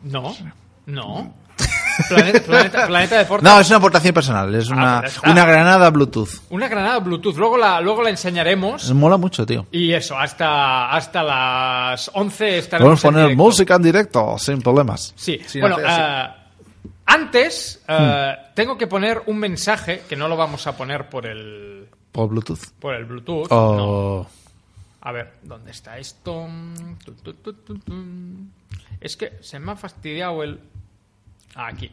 No, no. Planeta, Planeta- Planeta Deporte. no, es una aportación personal. Es una, pues ya está. una granada Bluetooth. Una granada Bluetooth, luego la, luego la enseñaremos. Mola mucho, tío. Y eso, hasta, hasta las 11 estaremos Podemos en poner directo. música en directo sin problemas. Sí, Sin bueno, hacer así. ah, antes ah, tengo que poner un mensaje que no lo vamos a poner por el, Por Bluetooth. por el Bluetooth. O- A ver, ¿dónde está esto? Tu, tu, tu, tu, tu. Es que se me ha fastidiado el... Ah, aquí.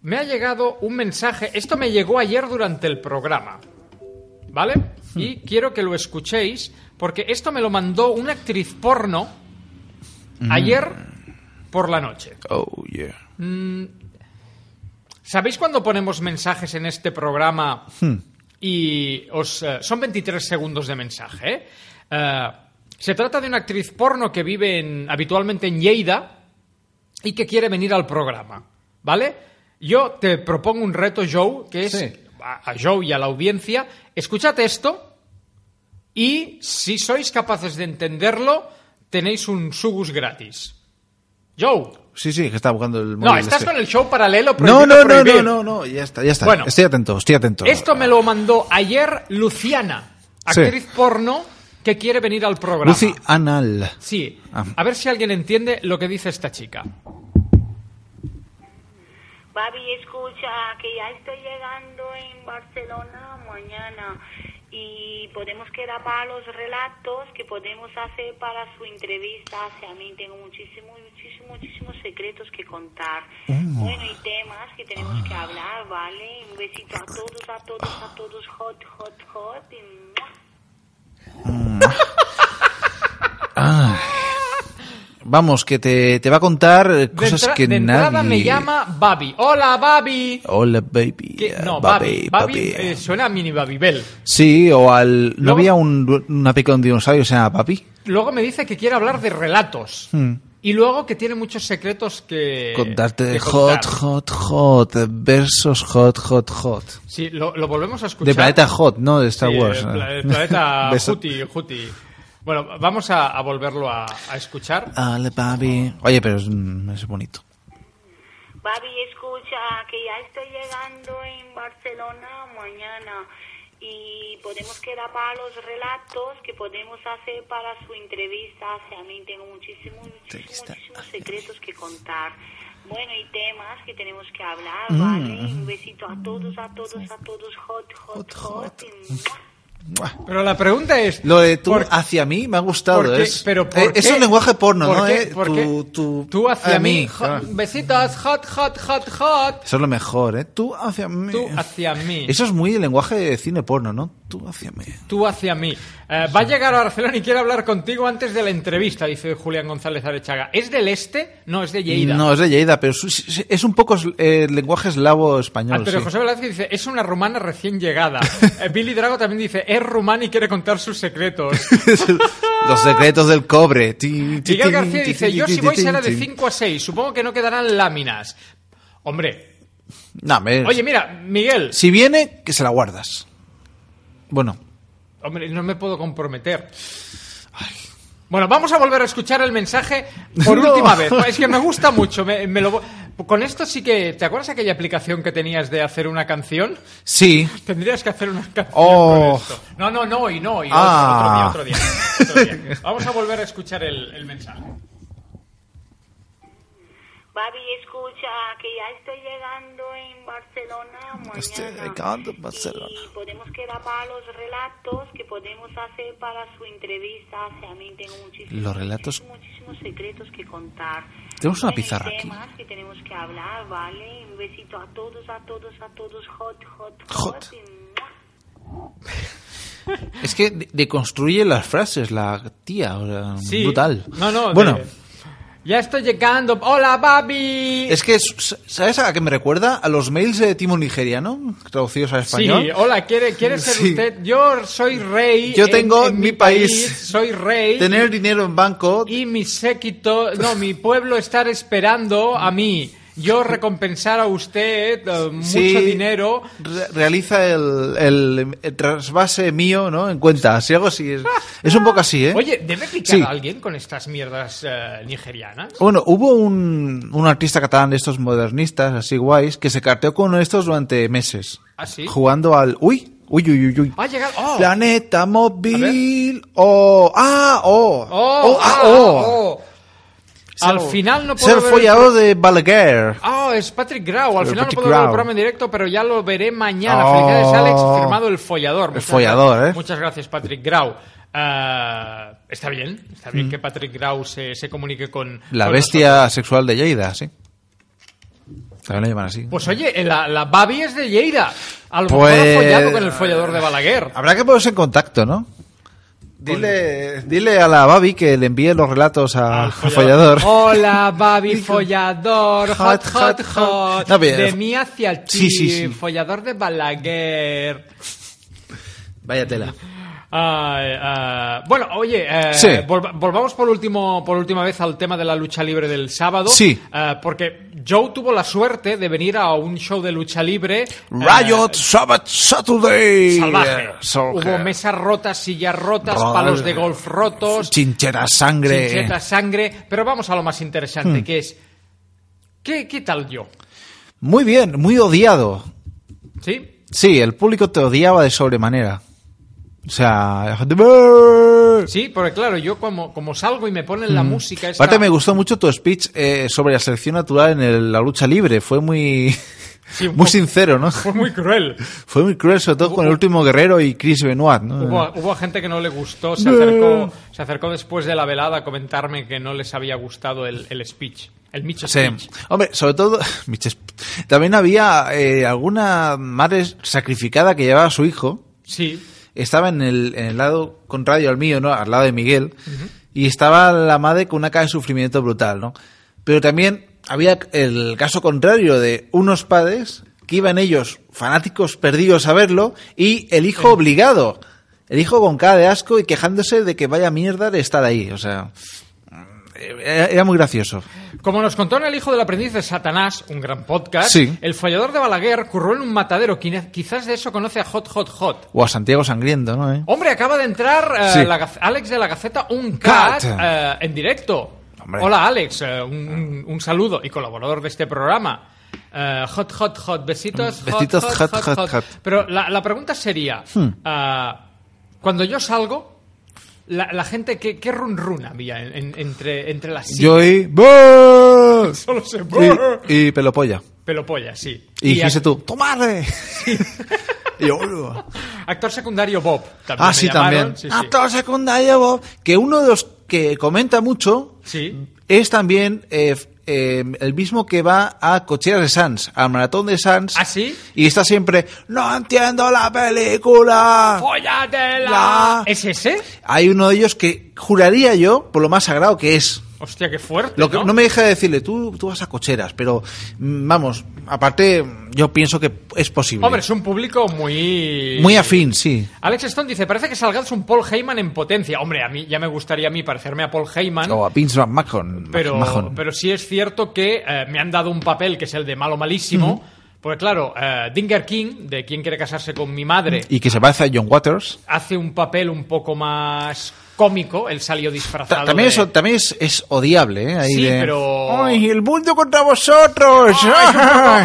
Me ha llegado un mensaje. Esto me llegó ayer durante el programa. ¿Vale? Y quiero que lo escuchéis porque esto me lo mandó una actriz porno ayer por la noche. Oh, yeah. Mm, ¿Sabéis cuando ponemos mensajes en este programa Hmm. y os... eh, son 23 segundos de mensaje. ¿eh? Eh, se trata de una actriz porno que vive en- habitualmente en Lleida y que quiere venir al programa, ¿vale? Yo te propongo un reto, Joe, que es Sí. a, a Joe y a la audiencia. Escuchad esto y si sois capaces de entenderlo, tenéis un sugus gratis. Joe, Sí, sí, que estaba buscando el no, móvil estás este. con el show paralelo. No, no, prohibido no, no, prohibir. no, no, ya está, ya está. Bueno. estoy atento, estoy atento. Esto me lo mandó ayer Luciana, Sí. actriz porno que quiere venir al programa. Lucy Anal. Sí. Ah. A ver si alguien entiende lo que dice esta chica. Babi, escucha, que ya estoy llegando en Barcelona mañana y y podemos quedar para los relatos que podemos hacer para su entrevista hacia mí. Tengo muchísimos, muchísimos, muchísimos secretos que contar. Mm. Bueno, y temas que tenemos que hablar, ¿vale? Un besito a todos, a todos, a todos, hot, hot, hot. y ¡mua! Ay. Vamos, que te, te va a contar eh, De, cosas entra- que de nadie... entrada me llama Babi. Hola, Babi. Hola, baby. Que- no, Babi, Babi. Babi, Babi. eh, suena a mini Babibel. Sí, o al... ¿No había un, una pica de un dinosaurio que se llama Papi? Luego me dice que quiere hablar de relatos. Hmm. Y luego que tiene muchos secretos que. Contarte que hot, Eh, contar. hot, hot. Versus hot, hot, hot. Sí, lo, lo volvemos a escuchar. De Planeta Hot, ¿no? De Star Sí, Wars. pla- planeta Beso. Huti, Huti. Bueno, vamos a, a volverlo a, a escuchar. Hola, Babi. Oye, pero es, mm, es bonito. Babi, escucha, que ya estoy llegando en Barcelona mañana y podemos quedar para los relatos que podemos hacer para su entrevista hacia mí. Tengo muchísimos, muchísimos, muchísimos secretos que contar. Bueno, y temas que tenemos que hablar, Mm. ¿vale? Un besito a todos, a todos, a todos, hot, hot, hot. y ¡mua! Pero la pregunta es... Lo de tú ¿por- hacia mí me ha gustado. ¿por qué? Es, Pero ¿por eh, es qué? un lenguaje porno, ¿Por ¿no? qué? eh? ¿Por tú, qué? tú- Tú hacia a ah. mí. Hot- claro. Besitos, hot, hot, hot, hot. Eso es lo mejor, ¿eh? Tú hacia mí. Tú hacia mí. Eso es muy el lenguaje de cine porno, ¿no? Tú hacia mí. Tú hacia mí. Eh, va a llegar a Barcelona y quiere hablar contigo antes de la entrevista, dice Julián González Arechaga. ¿Es del este? No, es de Lleida. No, es de Lleida, pero es, es un poco eh, lenguaje eslavo-español. Antonio sí. Ah, José Velázquez dice, es una rumana recién llegada. Eh, Billy Drago también dice, es rumana y quiere contar sus secretos. Los secretos del cobre. Ti, ti, Miguel tin, García ti, dice, ti, yo ti, si ti, voy tin, será de tin". 5 a 6, supongo que no quedarán láminas. Hombre, No, me- oye, mira, Miguel, si viene, que se la guardas. Bueno, hombre, no me puedo comprometer. Bueno, vamos a volver a escuchar el mensaje por No. última vez. Es que me gusta mucho. me- me lo vo- Con esto sí que... ¿Te acuerdas aquella aplicación que tenías de hacer una canción? sí. Tendrías que hacer una canción Oh. con esto. No, no, no, y no, y otro- Ah. otro, día, otro día, otro día. Vamos a volver a escuchar el, el mensaje. Babi, escucha, que ya estoy llegando en Barcelona mañana. Estoy llegando en Barcelona. Y podemos quedar para los relatos que podemos hacer para su entrevista hacia mí. Tengo muchísimos, Los relatos- muchísimos secretos que contar. Tenemos una Bueno, y pizarra aquí. temas que tenemos que hablar, ¿vale? Un besito a todos, a todos, a todos. Hot, hot, hot. Hot. y ¡mua! Es que de- deconstruye las frases, la tía. o sea, Sí. Brutal. No, no, de- Bueno, Ya estoy llegando. Hola, Babi. es que, es- ¿sabes a qué me recuerda? A los mails de Timo Nigeriano, traducidos al Sí, español. hola, ¿quiere, quiere ser Sí. usted? Yo soy rey. Yo en- tengo en mi país. Soy rey. Tener dinero en banco. Y mi séquito, no, mi pueblo estar esperando a mí. Yo recompensar a usted eh, mucho Sí. dinero. re- realiza el, el- el trasvase mío, ¿no? En cuenta. Si algo así. Es, es un poco así, ¿eh? Oye, ¿debe picar Sí. Oh, a alguien con estas mierdas eh, nigerianas? Bueno, hubo un, un artista catalán de estos modernistas, así guays, que se carteó con estos durante meses. ¿Ah, sí? Jugando al. ¡Uy! ¡Uy, uy, uy! uy. Ha llegado. ¡Oh! Planeta móvil. ¡Oh! ¡Ah! ¡Oh! ¡Oh! ¡Oh! ¡Ah! ah, ¡Oh! oh. Al final no puedo Ser ver el follado de Balaguer. Ah, es Patrick Grau. Al Pero final Patrick no puedo ver el Grau. programa en directo, pero ya lo veré mañana. Oh. Felicidades, Alex. Firmado el follador. El follador, gracias. ¿eh? Muchas gracias, Patrick Grau. Ah, está bien, está bien que Patrick Grau se, se comunique con Mm. La con bestia sexual de Lleida, sí. También la llaman así. nosotros. Pues oye, la, la Babi es de Lleida. A lo mejor ha Pues- follado con el follador de Balaguer. Habrá que ponerse en contacto, ¿no? Dile, dile a la Babi que le envíe los relatos a, al follador. Hola, Babi follador, hot, hot, hot. No, pero- De mí hacia el Sí, sí, chip, sí. follador de Balaguer. Vaya tela. Ay, ah, bueno, oye, eh, Sí. volva- volvamos por último, por última vez al tema de la lucha libre del sábado. Sí. Eh, porque Joe tuvo la suerte de venir a un show de lucha libre. eh, Riot Sabbath Saturday. salvaje. Salvaje. Hubo mesas rotas, sillas rotas, Rol- palos de golf rotos, Chinchera, sangre. chinchetas, sangre. Pero vamos a lo más interesante, Hmm. que es. ¿Qué, qué tal yo? Muy bien, muy odiado. ¿Sí? Sí, el público te odiaba de sobremanera. O sea, la gente, "Brrr". Sí, porque claro, yo como, como salgo y me ponen Hmm. la música. esta- Aparte me gustó mucho tu speech eh, sobre la selección natural en el- la lucha libre. Fue muy Sí, un muy poco. sincero, ¿no? Fue muy cruel. Fue muy cruel, sobre todo con el último guerrero y Chris Benoit, ¿no? Hubo, hubo gente que no le gustó, se acercó, se acercó después de la velada a comentarme que no les había gustado el, el speech. El Mitch Sí. speech. Hombre, sobre todo, Mitch Sp- también había eh, alguna madre sacrificada que llevaba a su hijo. Sí. Estaba en el, en el lado contrario al mío, ¿no? Al lado de Miguel. Y estaba la madre con una cara de sufrimiento brutal, ¿no? Pero también había el caso contrario de unos padres que iban ellos fanáticos perdidos a verlo y el hijo obligado. El hijo con cara de asco y quejándose de que vaya mierda de estar ahí. O sea, era era muy gracioso. Como nos contó en El Hijo del Aprendiz de Satanás, un gran podcast, Sí. el fallador de Balaguer curró en un matadero. quine- Quizás de eso conoce a Hot Hot Hot. O a Santiago Sangriento, ¿no? eh? Hombre, acaba de entrar eh, Sí. la gaz- Alex de la Gaceta, un cat, Cat. eh, en directo. Hola Alex, eh, un, un- un saludo y colaborador de este programa. Eh, hot, hot, hot, besitos. Besitos, hot, hot, hot. Pero la, la pregunta sería, Hmm. ah, cuando yo salgo, la, la gente, ¿qué, qué run run había en- en- entre, entre las sillas? Yo oí, "Boo". Solo se- y, y pelopolla. Pelopolla, sí. Y dijiste ac- tú, ¡tomadre! Y yo, "Hola". Actor secundario Bob. También ah, me sí, llamaron, también. sí, sí. Actor secundario, Bob. Que uno de los que comenta mucho Sí. es también eh, f- eh, el mismo que va a Cocheras de Sans, al maratón de Sans. ¿Ah, sí? Y está siempre, ¡no entiendo la película! ¡Fóllatela! La- ¿Es ese? Hay uno de ellos que juraría yo, por lo más sagrado que es, Hostia, qué fuerte. Lo que ¿no? me deja de decirle, tú, tú vas a cocheras, pero mm, vamos, aparte yo pienso que es posible. Hombre, es un público muy... Muy afín, sí. Alex Stone dice, parece que Salgado es un Paul Heyman en potencia. Hombre, a mí ya me gustaría a mí parecerme a Paul Heyman, O a Vince McMahon. Ah, pero, McMahon. pero sí es cierto que eh, me han dado un papel que es el de malo malísimo. Ujú. Porque claro, eh, Dinger King, de Quién quiere casarse con mi madre, Y que se parece a John Waters. hace un papel un poco más cómico. Él salió disfrazado También, de- eso, también es, es odiable, ¿eh? Ahí Sí, de- pero... ¡Ay, el mundo contra vosotros!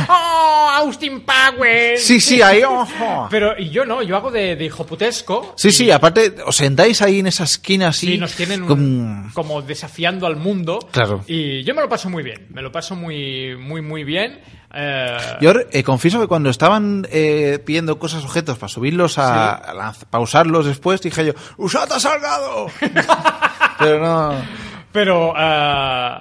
¡Oh, Austin Powers! Sí, sí, ahí, ojo. Pero y yo no, yo hago de, de hijoputesco. sí, sí, aparte os sentáis ahí en esa esquina así. Sí, nos tienen un- con- como desafiando al mundo. Claro. Y yo me lo paso muy bien. Me lo paso muy, muy, muy bien. Eh, Yo eh, confieso que cuando estaban eh, pidiendo cosas, objetos, para subirlos a, a lanz- para usarlos después, dije yo, ¡Usad a Salgado! Pero no... Pero. eh,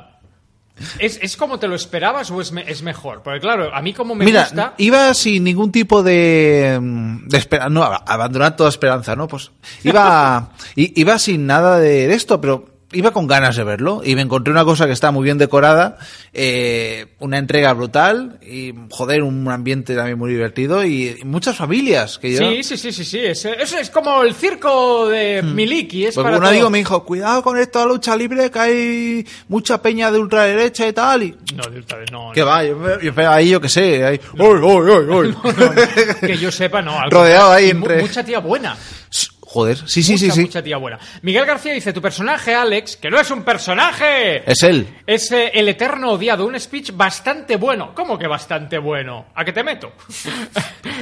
¿es, ¿Es como te lo esperabas o es, me- es mejor? Porque claro, a mí como me Mira, gusta. iba sin ningún tipo de, mm, de espera- no, ab- abandonar toda esperanza, ¿no? Pues iba, i- iba sin nada de, de esto, pero iba con ganas de verlo y me encontré una cosa que está muy bien decorada, eh, una entrega brutal y, joder, un ambiente también muy divertido y muchas familias que yo... Sí, sí, sí, sí, sí. Es, es, es como el circo de Miliki. Es Pues para un amigo todo. me dijo, cuidado con esto de la lucha libre, que hay mucha peña de ultraderecha y tal. Y, No, de otra vez, no, que no. va, yo, yo- ahí yo qué sé, ahí, "Oy, oy, oy, oy". que yo sepa, no. al Rodeado contrario. ahí Y mu- entre- Mucha tía buena. Joder, sí, sí, mucha, sí, sí. mucha tía buena. Miguel García dice, tu personaje, Alex, que no es un personaje. Es él. Es eh, el eterno odiado, un speech bastante bueno. ¿Cómo que bastante bueno? ¿A qué te meto?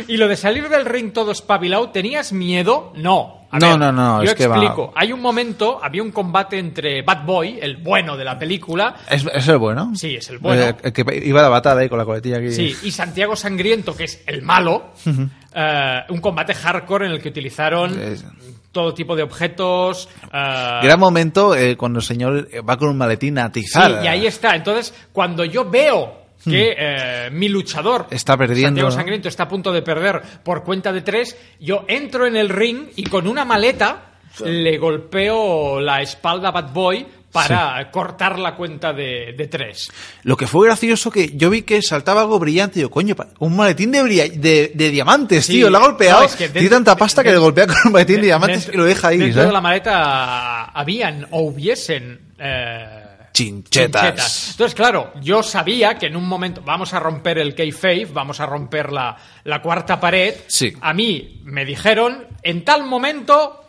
y lo de salir del ring todo espabilado, ¿tenías miedo? No. A No, no, no, Yo es que va. explico. Hay un momento, había un combate entre Bad Boy, el bueno de la película, Es, es el bueno. Sí, es el bueno. Eh, El, que iba a la batalla ahí con la coletilla aquí. sí, y Santiago Sangriento, que es el malo. Ujú. eh, un combate hardcore en el que utilizaron Es- todo tipo de objetos. eh, Gran momento eh, cuando el señor eh, va con un maletín a atizar. Sí, y ahí está. Entonces, cuando yo veo que eh, mi luchador Hmm. Está perdiendo, Santiago ¿no? Sangriento está a punto de perder por cuenta de tres, yo entro en el ring y con una maleta le golpeo la espalda a Bad Boy para cortar la cuenta de, de tres. Lo que fue gracioso que yo vi que saltaba algo brillante. Y yo, coño, pa- un maletín de, brilla- de, de diamantes, Sí. tío. Le ha golpeado. No, es que dentro- Tiene tanta pasta que le golpea con un maletín de, diamantes Dentro- y lo deja ahí. ¿eh? Dentro ¿sabes? de la maleta habían o hubiesen... eh, Chinchetas. chinchetas. Entonces, claro, yo sabía que en un momento vamos a romper el kayfabe, vamos a romper la, la cuarta pared. Sí. A mí me dijeron, en tal momento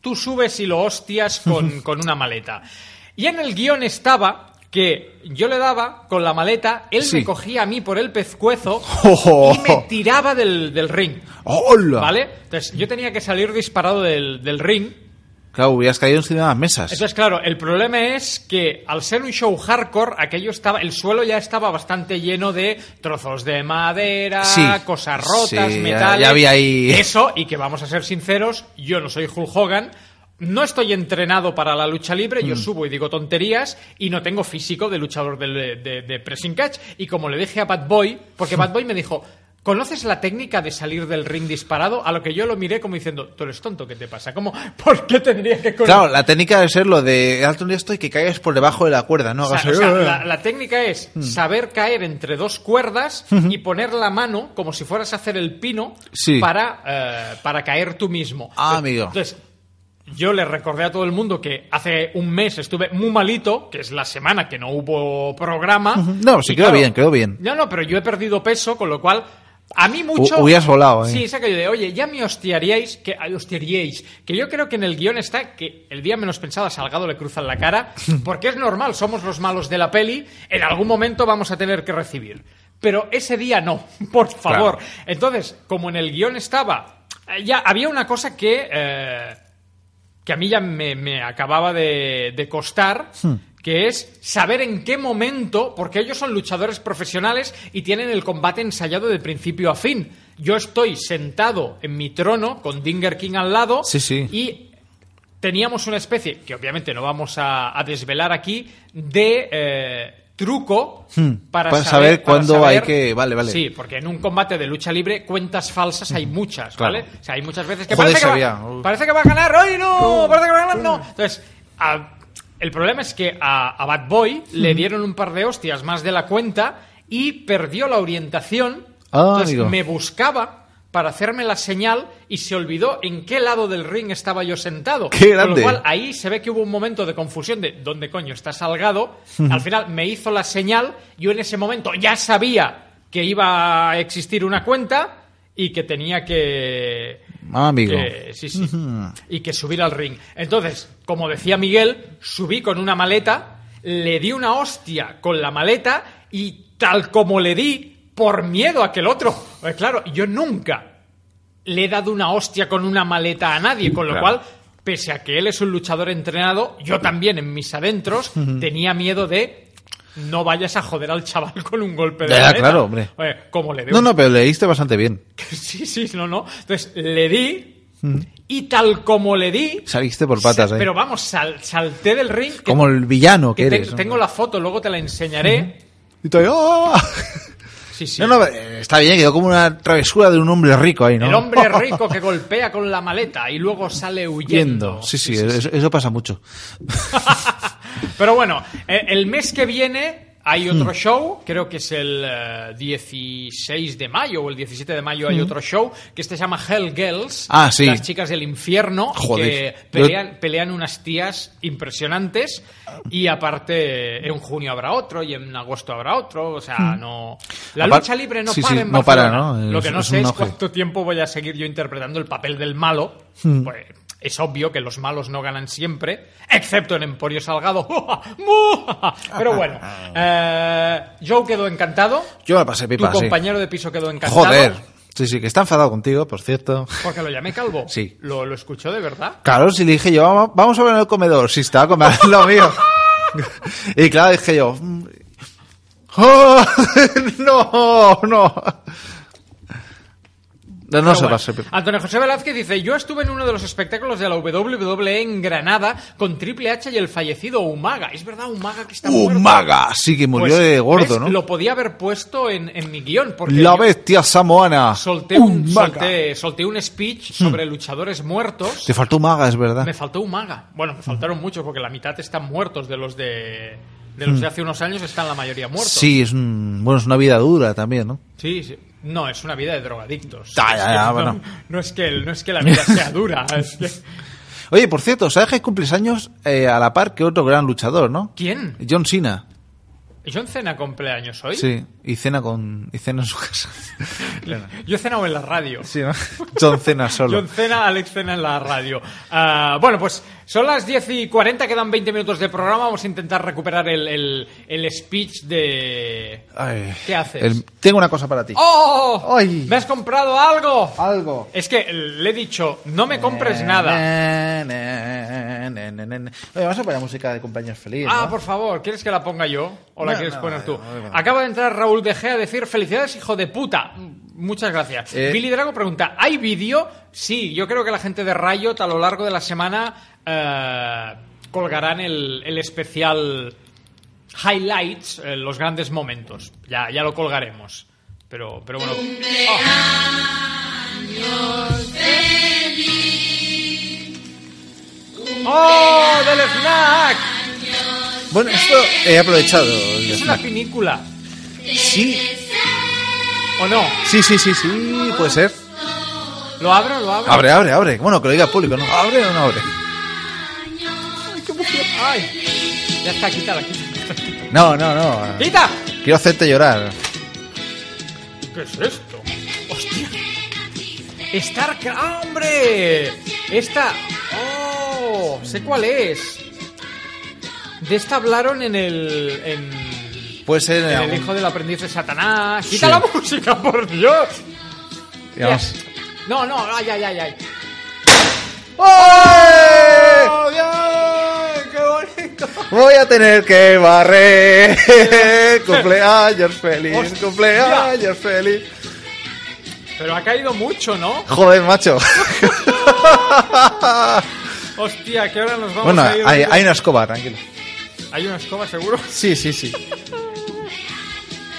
tú subes y lo hostias con, con una maleta. Y en el guión estaba que yo le daba con la maleta, él me Sí. cogía a mí por el pezcuezo Oh. y me tiraba del, del ring. ¡Hola! ¿Vale? Entonces yo tenía que salir disparado del, del ring Claro, hubieras caído encima de las mesas. Entonces, claro, el problema es que al ser un show hardcore, aquello estaba, el suelo ya estaba bastante lleno de trozos de madera, Sí. cosas rotas, Sí, ya- metales. ya había ahí- Eso, y que vamos a ser sinceros, yo no soy Hulk Hogan. No estoy entrenado para la lucha libre, yo Mm. subo y digo tonterías y no tengo físico de luchador de, de- de pressing catch. Y como le dije a Bad Boy, porque Bad Boy me dijo, ¿conoces la técnica de salir del ring disparado? A lo que yo lo miré como diciendo, tú eres tonto, ¿qué te pasa? Como, ¿por qué tendría que con- Claro, la técnica debe ser lo de alto un esto y que caigas por debajo de la cuerda, ¿no? O sea, Hagas- ¿eh? o sea, la, la técnica es Mm. saber caer entre dos cuerdas Ujú. y poner la mano como si fueras a hacer el pino Sí. para, eh, para caer tú mismo. Ah, amigo. Entonces, yo le recordé a todo el mundo que hace un mes estuve muy malito, que es la semana que no hubo programa. Ujú. No, sí, Y quedó claro, bien, quedó bien. No, no, pero yo he perdido peso, con lo cual... A mí mucho... Hu- hubieras volado, ¿eh? Sí, esa que yo de, oye, ya me hostiaríais, que ay, hostiaríais, que yo creo que en el guión está que el día menos pensado a Salgado le cruzan la cara, porque es normal, somos los malos de la peli, en algún momento vamos a tener que recibir. Pero ese día no, por favor. Entonces, como en el guión estaba, eh, ya había una cosa que... eh, que a mí ya me, me acababa de, de costar, Hmm. que es saber en qué momento, porque ellos son luchadores profesionales y tienen el combate ensayado de principio a fin. Yo estoy sentado en mi trono con Dinger King al lado Sí, sí. y teníamos una especie, que obviamente no vamos a, a desvelar aquí, de eh, truco Hmm, para, para saber para cuándo saber- hay que- vale, vale. Sí, porque en un combate de lucha libre cuentas falsas hay muchas, claro. ¿vale? O sea, hay muchas veces que, Joder, parece que, sabía. va, parece que va a ganar, ¡ay no! Parece que va a ganar, no. Entonces, a- el problema es que a, a Bad Boy le dieron un par de hostias más de la cuenta y perdió la orientación. Ah, Entonces, amigo. me buscaba para hacerme la señal y se olvidó en qué lado del ring estaba yo sentado. ¡Qué Con lo grande! cual, ahí se ve que hubo un momento de confusión de dónde coño está Salgado. Al final me hizo la señal, yo en ese momento ya sabía que iba a existir una cuenta y que tenía que... Ah, amigo. que- sí, sí. Ujú. Y que subir al ring. Entonces, como decía Miguel, subí con una maleta, le di una hostia con la maleta y tal como le di, por miedo a que el otro... Pues claro, yo nunca le he dado una hostia con una maleta a nadie, con lo Claro. cual, pese a que él es un luchador entrenado, yo también en mis adentros Ujú. tenía miedo de no vayas a joder al chaval con un golpe de Ya, maleta". claro, hombre. Oye, como le dé No, un- no, pero leíste bastante bien. sí, sí, no, no. Entonces, le di y tal como le di, Saliste por Mm. patas, se- ¿eh? pero vamos, sal- salté del ring. que- Como el villano que que te- eres. ¿no? tengo la foto, luego te la enseñaré. Y todavía, ¡ah! Sí, sí. No, no, eh, está bien, quedó como una travesura de un hombre rico ahí, ¿no? El hombre rico que golpea con la maleta y luego sale huyendo. Yendo. Sí, sí, eso, eso pasa mucho. Pero bueno, eh, el mes que viene hay Mm. otro show, creo que es el eh, 16 de mayo o el 17 de mayo hay Mm. otro show, que este se llama Hell Girls, Ah, sí. las chicas del infierno, Joder. que pelean, pelean unas tías impresionantes y aparte en junio habrá otro y en agosto habrá otro, o sea, Mm. no... La Apar- lucha libre no sí, para sí, en no para, Barcelona. ¿no? Lo Es- que no es sé un es auge. cuánto tiempo voy a seguir yo interpretando el papel del malo, Mm. pues es obvio que los malos no ganan siempre, excepto en Emporio Salgado. ¡Mua! Pero bueno, eh, Joe quedó encantado. Yo la pasé pipa, tu sí. compañero de piso quedó encantado. Joder. Sí, sí, que está enfadado contigo, por cierto. Porque lo llamé calvo. Sí. Lo, lo escuchó de verdad. Claro, si le dije yo, "Vamos- vamos a ver en el comedor, si estaba comiendo lo mío. y claro, dije yo, "Mm". ¡Oh! no, no. No, no Pero se bueno, pase. Antonio José Velázquez dice: Yo estuve en uno de los espectáculos de la WWE en Granada con Triple H y el fallecido Umaga. Es verdad, Umaga que está muerto. Umaga, sí que murió Pues, de gordo, ¿ves? ¿no? Lo podía haber puesto en, en mi guión. Porque La yo- bestia samoana. solté un, Umaga. Hmm. solté- solté un speech sobre luchadores muertos. Te faltó maga, es verdad. Me faltó un maga. Bueno, Hmm. me faltaron muchos porque la mitad están muertos de los de, de los de Mm. hace unos años están la mayoría muertos. Sí, es un, bueno, es una vida dura también, ¿no? Sí, sí. No, es una vida de drogadictos. Ya, ya, ya, no, bueno. no es que el- no es que la vida sea dura. es que- Oye, por cierto, ¿sabes que cumples años eh, a la par que otro gran luchador, no? ¿Quién? John Cena. John cena cumpleaños hoy. Sí, y cena con y cena en su casa. Yo he cenado en la radio. Sí, ¿no? John cena solo. John Cena, Alex Cena en la radio. Ah, bueno, pues Son las 10 y 40, quedan 20 minutos de programa. Vamos a intentar recuperar el, el, el speech de. Ay, ¿Qué haces? el- tengo una cosa para ti. ¡Oh! ¿Me has comprado algo? Algo. Es que le he dicho, no me compres pues nada. Na, na, na, na, na, na. Oye, vamos a poner música de cumpleaños feliz. Ah, ¿no? por favor, ¿quieres que la ponga yo? ¿O la No, quieres no, poner tú? no, no, no. Acaba de entrar Raúl De Gea a decir felicidades, hijo de puta. Muchas gracias. Eh. Billy Drago pregunta, ¿hay vídeo? Sí, yo creo que la gente de Riot a lo largo de la semana eh, colgarán el, el especial Highlights, eh, los grandes momentos. Ya, ya lo colgaremos. Pero, pero bueno. ¡Oh, del snack! Bueno, esto he aprovechado. el Es una snack. pinícula. Sí. ¿O no? Sí, sí, sí, sí, puede ser. ¿Lo abro? ¿Lo abro? Abre, abre, abre. Bueno, que lo diga al público, ¿no? ¿Abre o no abre? Ay, qué emoción. Ay. Ya está, quítala, quítala. No, no, no. ¡Quita! Quiero hacerte llorar. ¿Qué es esto? ¡Hostia! ¡Starcraft! ¡Ah, ¡Hombre! Esta. ¡Oh! Sé cuál es. De esta hablaron en el. En, Puede ser. eh, en el algún- hijo del aprendiz de Satanás. Sí. ¡Quita la música, por Dios! digamos, No, no, ay, ay, ay, ay. ¡Oye! ¡Oh, ¡Qué bonito! Voy a tener que barrer. cumpleaños feliz, Hostia. cumpleaños feliz. Pero ha caído mucho, ¿no? Joder, macho. Hostia, que ahora nos vamos bueno, a ir. hay, hay una escoba, tranquilo. ¿Hay una escoba, seguro. Sí, sí, sí.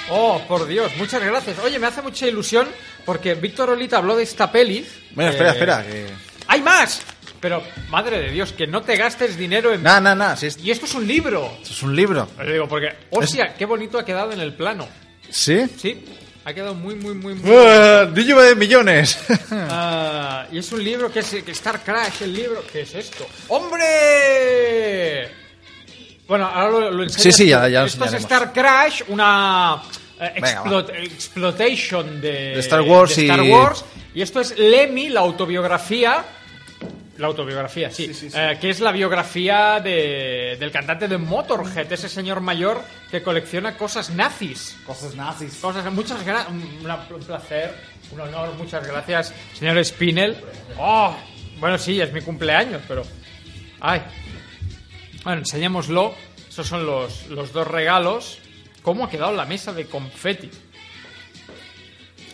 Oh, por Dios, muchas gracias. Oye, me hace mucha ilusión porque Víctor Olita habló de esta peli. Bueno, Eh, espera, espera. que- ¡Hay más! Pero, madre de Dios, que no te gastes dinero en. No, no, no. si es- Y esto es un libro. es un libro. Lo digo porque, hostia, qué bonito ha quedado en el plano. ¿Sí? Sí, ha quedado muy, muy, muy, muy. ¡Buah! Niño de millones. Ah, y es un libro que es que Star Crash, el libro. ¿Qué es esto? ¡Hombre! Bueno, ahora lo, lo enseñas Sí, sí, tú. ya- ya lo Esto es enseñaremos. Star Crash, una eh, Venga, explot- exploitation de, De Star Wars de y- Star Wars. Y esto es Lemmy, la autobiografía. La autobiografía, sí. Eh, que es la biografía de- del cantante de Motorhead, ese señor mayor que colecciona cosas nazis. Cosas nazis. Cosas, muchas gracias. Un placer, un honor, muchas gracias, señor Spinel. Oh, bueno, sí, es mi cumpleaños, pero. Ay. Bueno, enseñémoslo. Esos son los, los dos regalos. ¿Cómo ha quedado la mesa de confeti?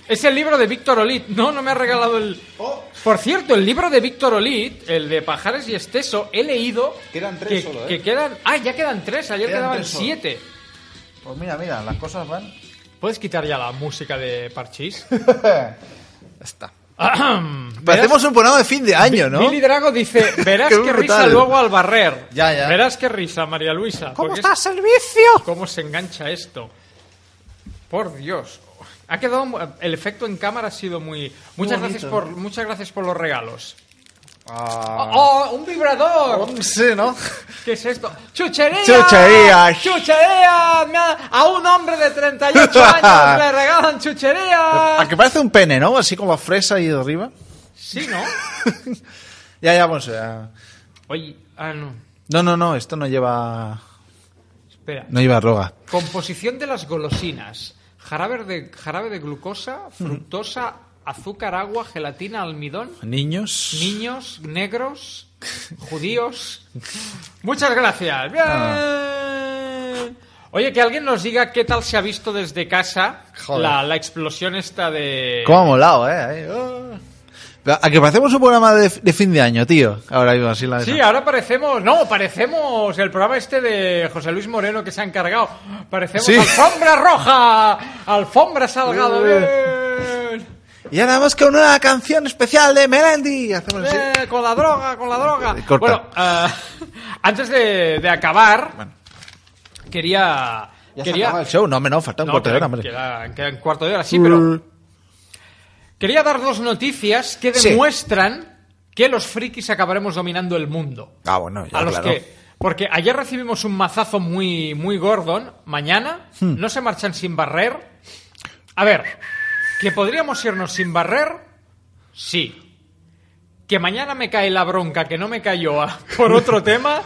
Es el libro de Víctor Olit. No, no me ha regalado el. Oh. Por cierto, el libro de Víctor Olit, el de Pajares y Esteso, he leído. Quedan tres que, solo, ¿eh? que quedan. Ah, ya quedan tres. Ayer Quedan quedaban tres solo. siete. Pues mira, mira, las cosas van. ¿Puedes quitar ya la música de Parchís? Ya Está. Pero hacemos un programa de fin de año, ¿no? Billy Drago dice, verás Qué que risa brutal. luego al barrer. Ya, ya. Verás que risa, María Luisa. ¿Cómo porque está es- servicio? ¿Cómo se engancha esto? Por Dios. Ha quedado... mu- El efecto en cámara ha sido muy... Muchas, gracias bonito. por, muchas gracias por los regalos. Ah, Oh, ¡Oh, un vibrador! sí, ¿no? ¿Qué es esto? ¡Chuchería! ¡Chuchería! ¡Chuchería! Me ha- A un hombre de 38 años le regalan chuchería. A que parece un pene, ¿no? Así como fresa y de arriba. Sí, ¿no? Ya, ya, bueno, ya. Oye, ah, no. No, no, no, esto no lleva. Espera. No lleva droga. Composición de las golosinas. Jarabe de, jarabe de glucosa, Mm. fructosa, azúcar, agua, gelatina, almidón, Niños. niños, negros, judíos. Muchas gracias. Ah. Bien. Oye, que alguien nos diga qué tal se ha visto desde casa Joder. la, la explosión esta de... ¿Cómo ha molado, eh? Ahí, oh. Pero A que parecemos un programa de, de fin de año, tío. Ahora mismo, así la Sí, ahora parecemos, no, parecemos el programa este de José Luis Moreno que se ha encargado. Parecemos Sí. Eh. alfombra roja, alfombra salgado. Bien. Y ahora vamos con una canción especial de Melendi. Hacemos así. Eh, con la droga, con la droga. Eh, Corta. Bueno, ah, antes de, de acabar, quería. Ya se quería acaba el show. No, hombre, no, falta un No, cuarto de hora, queda- hombre. queda- queda un cuarto de hora, sí, pero. Quería dar dos noticias que Sí. demuestran que los frikis acabaremos dominando el mundo. Ah, bueno, ya, a los claro. que. Porque ayer recibimos un mazazo muy, muy gordon. Mañana Hmm. no se marchan sin barrer. A ver, que podríamos irnos sin barrer, sí. que mañana me cae la bronca que no me cayó a- por otro tema,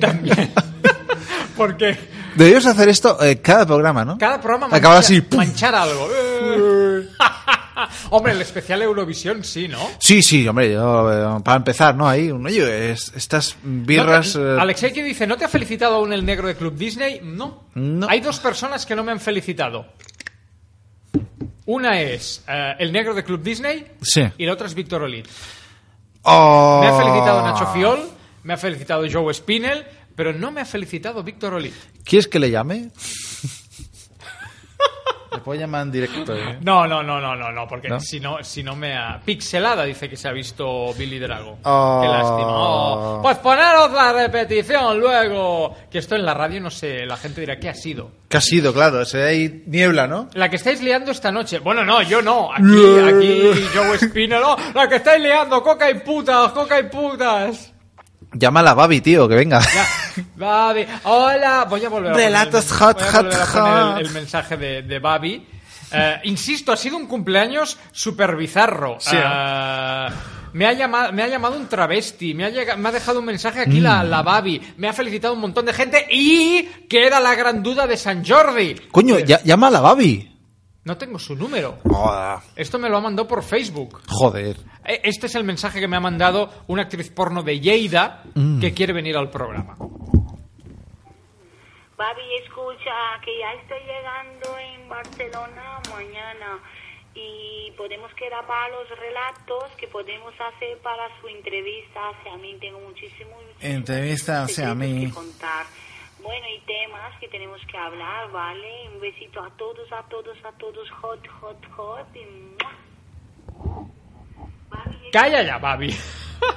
también. Porque Deberíamos hacer esto eh, cada programa, ¿no? cada programa manchar, Acaba así. ¡pum! manchar algo. Eh. Hombre, el especial Eurovisión sí, ¿no? Sí, sí, hombre, yo, eh, para empezar, ¿no? Ahí, un- oye, es- estas birras... No eh, te- Alexei que dice, ¿no te ha felicitado aún el negro de Club Disney? No. No. Hay dos personas que no me han felicitado. Una es eh, el negro de Club Disney Sí. y la otra es Víctor Olid. Oh. Me ha felicitado Nacho Fiol, me ha felicitado Joe Spinell, pero no me ha felicitado Víctor Olid. ¿Quieres que le llame? le puedo llamar en directo, ¿eh? No, no, no, no, no, no, porque ¿No? si no, si no me ha... Pixelada dice que se ha visto Billy Drago. Oh. Qué lástima. Oh. Pues poneros la repetición luego. Que esto en la radio, no sé, la gente dirá, ¿qué ha sido? Que ha sido, claro, se hay niebla, ¿no? La que estáis liando esta noche. Bueno, no, yo no. Aquí, aquí, Joe Spinner. No, la que estáis liando, coca y putas, coca y putas. Llama a la Babi, tío, que venga. Babi, hola. Voy a volver a poner el- Relatos hot, voy a hot, volver a poner hot. El, el mensaje de, de Babi. Eh, insisto, ha sido un cumpleaños super bizarro. Sí, ¿no? Eh, me ha, llamado, me ha llamado un travesti, me ha, llega- me ha dejado un mensaje aquí la, Mm. la Babi, me ha felicitado un montón de gente y que era la gran duda de San Jordi. Coño, ya- llama a la Babi. No tengo su número. Joder. Esto me lo ha mandado por Facebook. Joder. Eh, Este es el mensaje que me ha mandado una actriz porno de Lleida Mm. que quiere venir al programa. Babi, escucha, que ya estoy llegando en Barcelona mañana y podemos quedar para los relatos que podemos hacer para su entrevista. O sea, a mí tengo muchísimos Entrevista, o sea, a mí. que contar. Bueno, y temas que tenemos que hablar, ¿vale? Un besito a todos, a todos, a todos. Hot, hot, hot. Y ¡mua! Calla ya, Babi.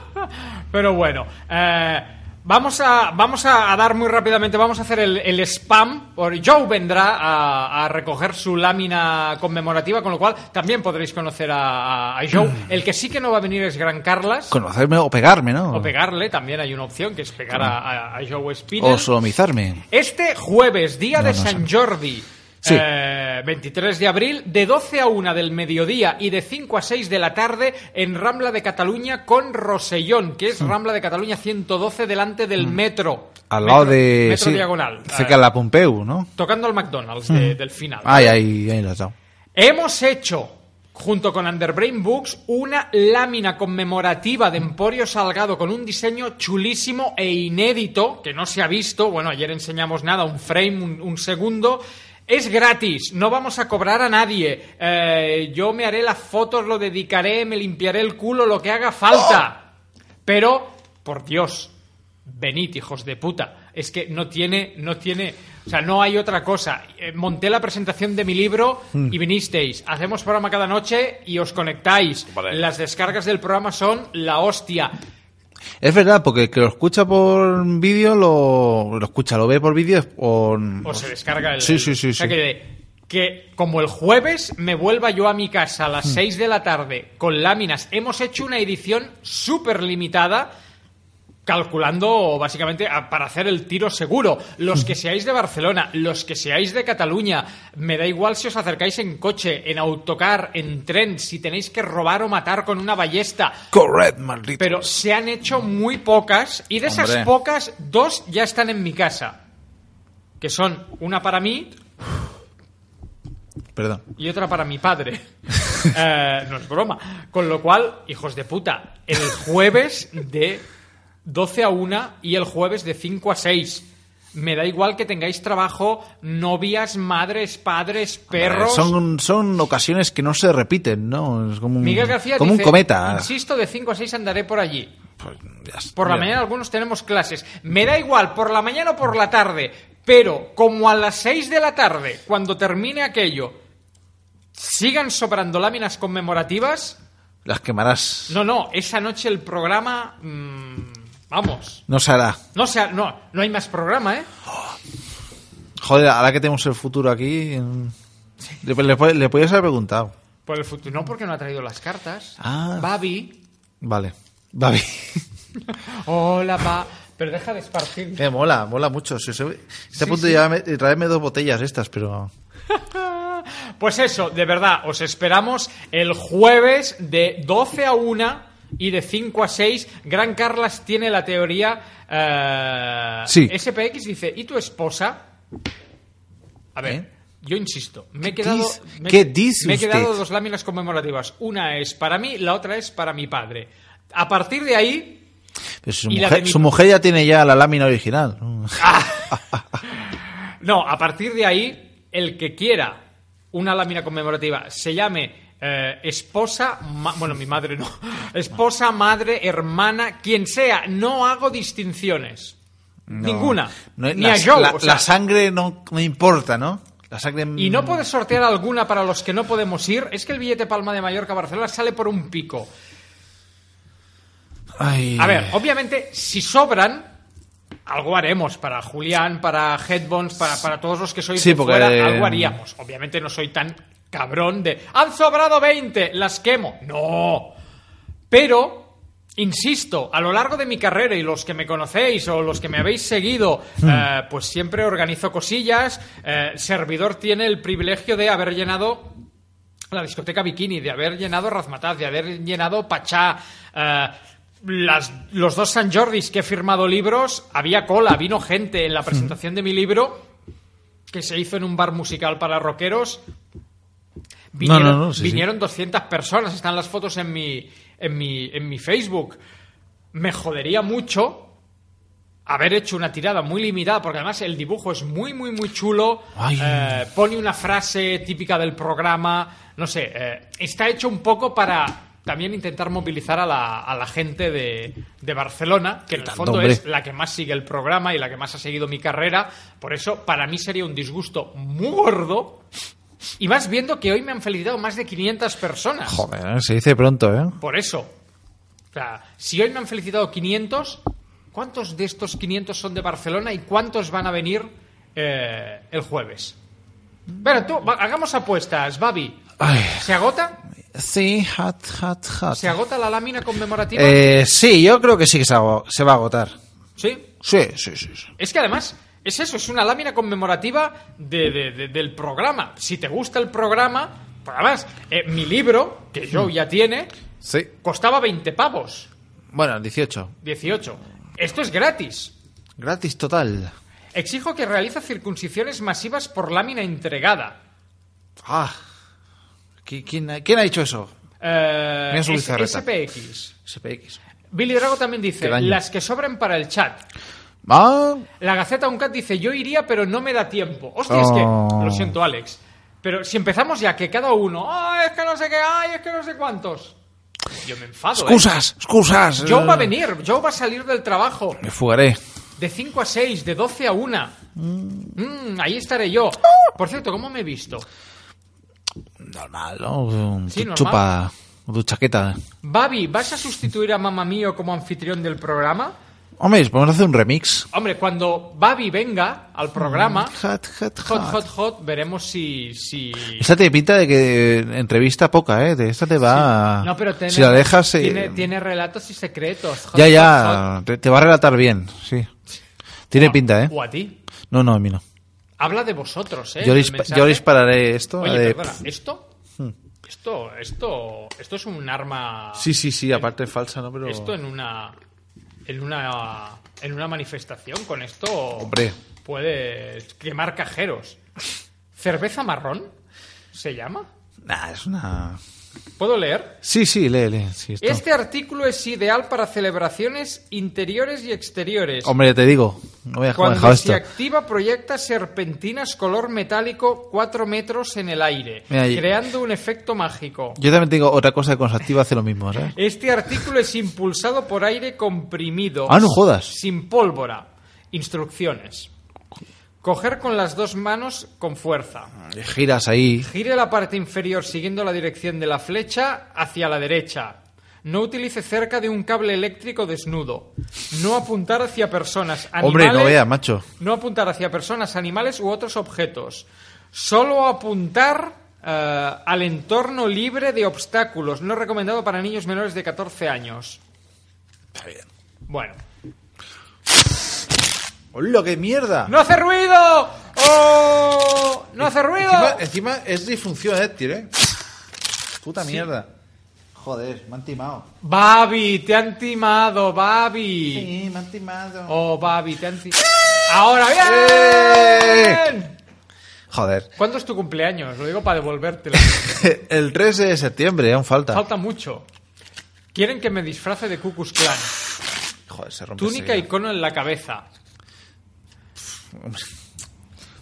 Pero bueno, eh, vamos, a, vamos a a dar muy rápidamente, vamos a hacer el, el spam. Por Joe vendrá a, a recoger su lámina conmemorativa, con lo cual también podréis conocer a, a- a Joe. El que sí que no va a venir es Gran Carlas. Conocerme o pegarme, ¿no? O pegarle, también hay una opción que es pegar a, a- a Joe Spinner. O sodomizarme. Este jueves, día No, de no San Jordi, Sí. eh, 23 de abril, de 12 a 1 del mediodía y de 5 a 6 de la tarde en Rambla de Cataluña con Rosellón, que es Rambla de Cataluña 112 delante del metro. Mm. Al lado Metro- de. Metro sí, diagonal. eh, Cerca de la Pompeu, ¿no? Tocando al McDonald's de- Mm. del final. Ay, ay, ahí lo he dado. Hemos hecho, junto con Underbrain Books, una lámina conmemorativa de Emporio Salgado con un diseño chulísimo e inédito, que no se ha visto. Bueno, ayer enseñamos nada, un frame, un, un segundo. Es gratis, no vamos a cobrar a nadie. Eh, yo me haré las fotos, lo dedicaré, me limpiaré el culo, lo que haga falta. Pero, por Dios, venid, hijos de puta. Es que no tiene, no tiene, o sea, no hay otra cosa. Eh, Monté la presentación de mi libro Mm. y vinisteis. Hacemos programa cada noche y os conectáis. Las descargas del programa son la hostia. Es verdad, porque el que lo escucha por vídeo lo, lo escucha, lo ve por vídeo o, O se descarga el. Sí, sí, sí, o sea sí. que, de- que como el jueves me vuelva yo a mi casa a las Mm. 6 de la tarde con láminas. Hemos hecho una edición súper limitada. Calculando básicamente a- para hacer el tiro seguro. Los Mm. que seáis de Barcelona, los que seáis de Cataluña, me da igual si os acercáis en coche, en autocar, en tren, si tenéis que robar o matar con una ballesta, Correct, maldito. pero se han hecho muy pocas y de esas Hombre. pocas, dos ya están en mi casa. Que son una para mí Perdón. y otra para mi padre. Eh, no es broma. Con lo cual, hijos de puta, el jueves de 12 a 1 y el jueves de 5 a 6. Me da igual que tengáis trabajo, novias, madres, padres, perros. Son, son ocasiones que no se repiten, ¿no? Es como un, Miguel García como dice, un cometa. Pues, Insisto, de 5 a 6 andaré por allí. Ya está. Por la Mira. mañana algunos tenemos clases. Me da igual, por la mañana o por la tarde. Pero como a las 6 de la tarde, cuando termine aquello, sigan sobrando láminas conmemorativas. Las quemarás. No, no, esa noche el programa... mm, vamos. No se hará. No, o sea, no, no hay más programa, ¿eh? Joder, ahora que tenemos el futuro aquí. en- Le, le- le podías haber preguntado. Por el futuro. No, porque no ha traído las cartas. Ah. Babi. Vale. David. Hola, va. Pero deja de esparcir. Eh, mola, mola mucho. Si se- Está a Sí, punto de sí. llevarme- de traerme dos botellas estas, pero. Pues eso, de verdad, os esperamos el jueves de 12 a 1 y de 5 a 6. Gran Carlas tiene la teoría. eh, Sí. SPX dice: ¿Y tu esposa? A ver. Yo insisto, me he ¿Eh? ¿Qué quedado, dice- me, he- qué dice me he quedado usted? dos láminas conmemorativas. Una es para mí, la otra es para mi padre. A partir de ahí, Pero su, Y la de mujer, mi- Ah, su mujer ya tiene ya la lámina original. no, a partir de ahí, el que quiera una lámina conmemorativa se llame eh, esposa, ma- bueno, mi madre no, esposa, madre, hermana, quien sea, no hago distinciones. No. Ninguna. No, Ni la, a Joe, la- o sea. la sangre no, no importa, ¿no? La sangre. Y no puedes sortear alguna para los que no podemos ir. Es que el billete Palma de Mallorca a Barcelona sale por un pico. Ay. A ver, obviamente, si sobran, algo haremos para Julián, para Headbones, para, para todos los que sois Sí, de porque, fuera, eh, algo haríamos. Obviamente no soy tan cabrón de ¡Han sobrado 20! ¡Las quemo! ¡No! Pero... Insisto, a lo largo de mi carrera y los que me conocéis o los que me habéis seguido, Hmm. eh, pues siempre organizo cosillas. Eh, Servidor tiene el privilegio de haber llenado la discoteca Bikini, de haber llenado Razmataz, de haber llenado Pachá, eh, las- los dos San Jordis que he firmado libros, había cola, vino gente en la presentación de mi libro que se hizo en un bar musical para rockeros. Vinieron, No, no, no, sí, sí. vinieron 200 personas, están las fotos en mi, en mi, en mi Facebook. Me jodería mucho haber hecho una tirada muy limitada, porque además el dibujo es muy, muy, muy chulo. Ay. Eh, pone una frase típica del programa. No sé, eh, está hecho un poco para también intentar movilizar a la, a la gente de, de Barcelona, que en el Tanto, fondo hombre. es la que más sigue el programa y la que más ha seguido mi carrera. Por eso, para mí sería un disgusto muy gordo. Y más viendo que hoy me han felicitado más de 500 personas. Joder, ¿eh? se dice pronto, ¿eh? Por eso. O sea, si hoy me han felicitado 500, ¿cuántos de estos 500 son de Barcelona y cuántos van a venir eh, el jueves? Bueno, tú, va- hagamos apuestas, Babi. ¿Se agota? Sí, hat, hat, hat. ¿Se agota la lámina conmemorativa? Eh, sí, yo creo que sí que se, ago- se va a agotar. Sí. Sí, sí, sí. sí. Es que además, es eso, es una lámina conmemorativa de- de- de- del programa. Si te gusta el programa, pues además, eh, mi libro, que Joe ya tiene, costaba 20 pavos, Bueno, 18. 18. Esto es gratis. Gratis total. Exijo que realiza circuncisiones masivas por lámina entregada. Ah. ¿Qui- ¿Quién ha, quién ha dicho eso? Eh, Mira su S- bizarreta. SPX. SPX. Billy Drago también dice, Qué daño. las que sobren para el chat. Ah, La Gaceta Uncat dice, yo iría, pero no me da tiempo. Hostia, es Oh. que... Lo siento, Alex. Pero si empezamos ya, que cada uno... ¡Ay, es que no sé qué! ¡Ay, es que no sé cuántos! Yo me enfado, ¿eh? excusas, excusas. Joe va a venir, Joe va a salir del trabajo. Me fugaré. De 5 a 6, de 12 a 1. Mm, ahí estaré yo. Por cierto, ¿cómo me he visto? Normal, ¿no? Un Sí, tu normal. chupa, tu chaqueta. Babi, ¿vas a sustituir a Mamá Mío como anfitrión del programa? Hombre, podemos hacer un remix. Hombre, cuando Babi venga al programa, hot, hot, hot, hot, veremos si... si... Esta te pinta de que entrevista poca, ¿eh? De esta te va. No, pero tiene, si la dejas. eh, tiene, tiene relatos y secretos. Hot, ya, hot, ya. Te, te va a relatar bien, sí. Tiene hot. pinta, ¿eh? O a ti. No, no, a mí no. Habla de vosotros, ¿eh? Yo le El dispa- mensaje. yo le eh, dispararé esto, Oye, la de- perdona, ¿esto? Hmm. Esto, esto, esto es un arma... Sí, sí, sí, aparte es falsa, ¿no? Pero. Esto en una... En una... En una manifestación con esto... Hombre. Puedes quemar cajeros. ¿Cerveza marrón? ¿Se llama? Nah, es una. ¿Puedo leer? Sí, sí, lee, lee. sí, esto. Este artículo es ideal para celebraciones interiores y exteriores. Hombre, ya te digo. No voy a Cuando dejar esto. se activa proyecta serpentinas color metálico 4 metros en el aire, Mira, y- creando un efecto mágico. Yo también tengo otra cosa que con Activa hace lo mismo, ¿sabes? Este artículo es impulsado por aire comprimido. Ah, no jodas. Sin pólvora. Instrucciones. Coger con las dos manos con fuerza. Giras ahí. Gire la parte inferior siguiendo la dirección de la flecha hacia la derecha. No utilice cerca de un cable eléctrico desnudo. No apuntar hacia personas, animales... Hombre, no veas, macho. No apuntar hacia personas, animales u otros objetos. Solo apuntar eh, al entorno libre de obstáculos. No recomendado para niños menores de 14 años. Bueno. ¡Hola, qué mierda! ¡No hace ruido! ¡Oh! ¡No hace ruido! Encima, encima es disfunción éctil, ¿eh? Puta Sí. mierda. Joder, me han timado. Babi, te han timado, Babi. Sí, me han timado. Oh, Babi, te han timado. ¡Ahora bien! ¡Eh! Joder. ¿Cuándo es tu cumpleaños? Lo digo para devolvértelo. El 3 de septiembre, aún falta. Falta mucho. Quieren que me disfrace de Cucus Clan. Joder, se rompe. Túnica y enseguida. cono en la cabeza.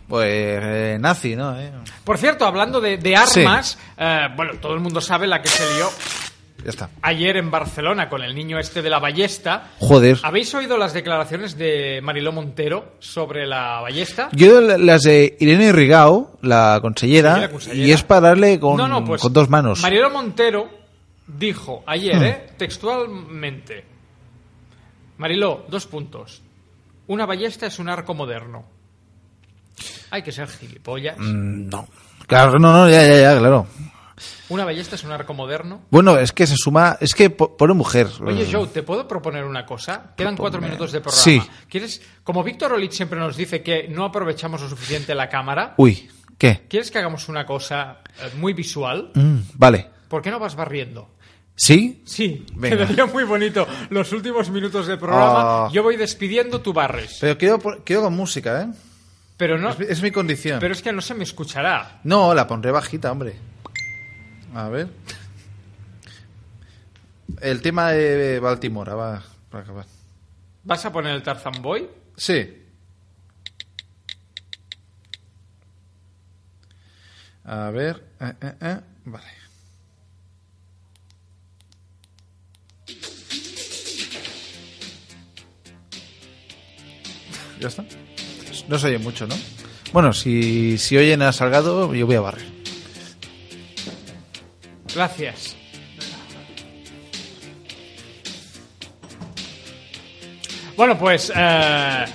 Pues eh, nazi, ¿no? Eh, Por cierto, hablando de, de armas, eh, bueno, todo el mundo sabe la que se lió ya está. ayer en Barcelona con el niño este de la ballesta. Joder. ¿Habéis oído las declaraciones de Mariló Montero sobre la ballesta? Yo la- las de Irene Rigau, la consellera, Sí, la consellera. y es pararle con, No, no, pues, con dos manos. Mariano Montero dijo ayer, Hmm. ¿eh? textualmente, Mariló, dos puntos. Una ballesta es un arco moderno. Hay que ser gilipollas. Mm, no. Claro, no, no, ya, ya, ya, claro. Una ballesta es un arco moderno. Bueno, es que se suma, es que po- pone mujer. Oye, Joe, ¿te puedo proponer una cosa? Quedan cuatro minutos de programa. Sí. ¿Quieres, como Víctor Olich siempre nos dice que no aprovechamos lo suficiente la cámara, Uy, ¿qué? ¿quieres que hagamos una cosa eh, muy visual? Mm, vale. ¿Por qué no vas barriendo? ¿Sí? Sí, Venga. quedaría muy bonito. Los últimos minutos de programa, Ah. yo voy despidiendo, tú barres. Pero quiero, por- quiero con música, ¿eh? Pero no, Es, mi- es mi condición. pero es que no se me escuchará. No, la pondré bajita, hombre. A ver. El tema de Baltimore, va, para acabar. ¿Vas a poner el Tarzan Boy? Sí. A ver. eh, eh, eh, Vale. ¿Ya está? No se oye mucho, ¿no? Bueno, si, si oyen a Salgado, yo voy a barrer. Gracias. Bueno, pues eh,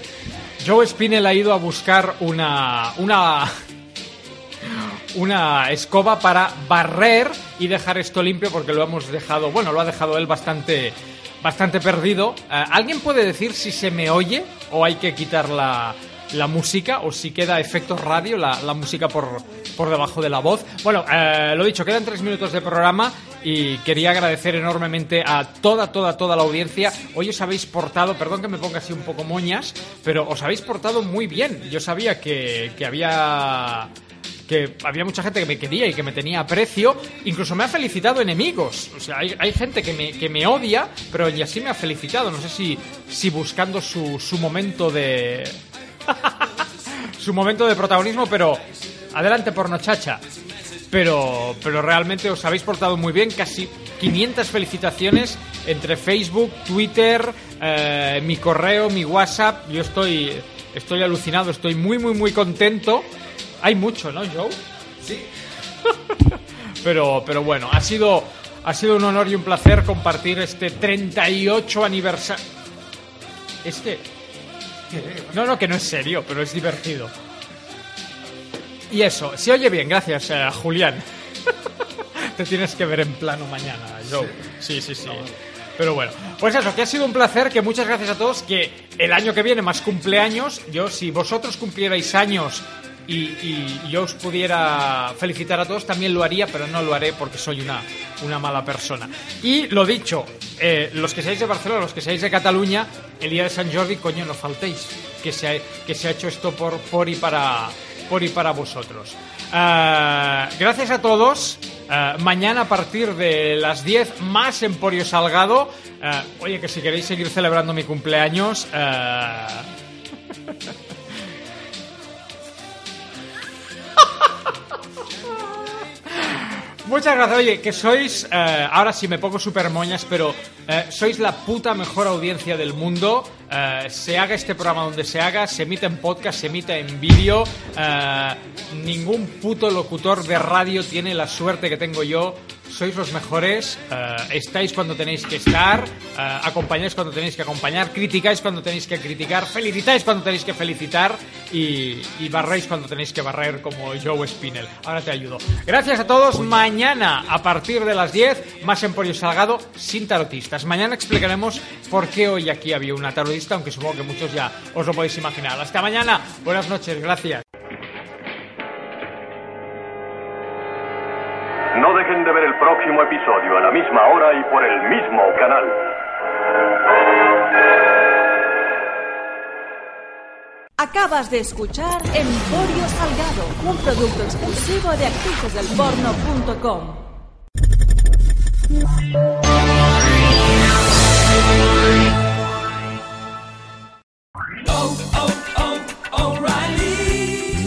Joe Spinell ha ido a buscar una, una, una escoba para barrer y dejar esto limpio porque lo hemos dejado, bueno, lo ha dejado él bastante, bastante perdido. Eh, ¿Alguien puede decir si se me oye o hay que quitar la, la música o si queda efecto radio, la, la música por, por debajo de la voz? Bueno, eh, lo dicho, quedan tres minutos de programa y quería agradecer enormemente a toda, toda, toda la audiencia. Hoy os habéis portado, perdón que me ponga así un poco moñas, pero os habéis portado muy bien. Yo sabía que, que había que había mucha gente que me quería y que me tenía aprecio. Incluso me ha felicitado enemigos. O sea, hay, hay gente que me, que me odia, pero y así me ha felicitado. No sé si, si buscando su, su momento de. su momento de protagonismo, pero. Adelante por Nochacha. Pero, pero realmente os habéis portado muy bien, casi 500 felicitaciones entre Facebook, Twitter, eh, mi correo, mi WhatsApp. Yo estoy, estoy alucinado, estoy muy, muy, muy contento. Hay mucho, ¿no, Joe? Sí. pero, pero bueno, ha sido, ha sido un honor y un placer compartir este 38 aniversario. Este, Es que... No, no, que no es serio, pero es divertido. Y eso, se oye bien, gracias, eh, Julián. Te tienes que ver en plano mañana, Joe. Sí, sí, sí. Pero bueno, pues eso, que ha sido un placer, que muchas gracias a todos, que el año que viene más cumpleaños, yo si vosotros cumplierais años y, y yo os pudiera felicitar a todos, también lo haría, pero no lo haré porque soy una, una mala persona. Y lo dicho, eh, los que seáis de Barcelona, los que seáis de Cataluña, el día de San Jordi, coño, no faltéis, que se ha, que se ha hecho esto por, por y para por y para vosotros. Ah, gracias a todos. Ah, mañana a partir de las 10 más Emporio Salgado. Ah, oye, que si queréis seguir celebrando mi cumpleaños... ah, Muchas gracias, oye, que sois, eh, ahora sí me pongo super moñas, pero eh, sois la puta mejor audiencia del mundo. Eh, se haga este programa donde se haga, se emite en podcast, se emite en vídeo. eh, ningún puto locutor de radio tiene la suerte que tengo yo. Sois los mejores, eh, estáis cuando tenéis que estar, eh, acompañáis cuando tenéis que acompañar, criticáis cuando tenéis que criticar, felicitáis cuando tenéis que felicitar y, y barréis cuando tenéis que barrer como Joe Spinell. Ahora te ayudo. Gracias a todos. Mañana, a partir de las 10, más Emporio Salgado sin tarotistas. Mañana explicaremos por qué hoy aquí había una tarotista, aunque supongo que muchos ya os lo podéis imaginar. Hasta mañana. Buenas noches. Gracias. No dejen de ver el próximo. próximo episodio a la misma hora y por el mismo canal. Acabas de escuchar Emporio Salgado, un producto exclusivo de actricesdelporno.com.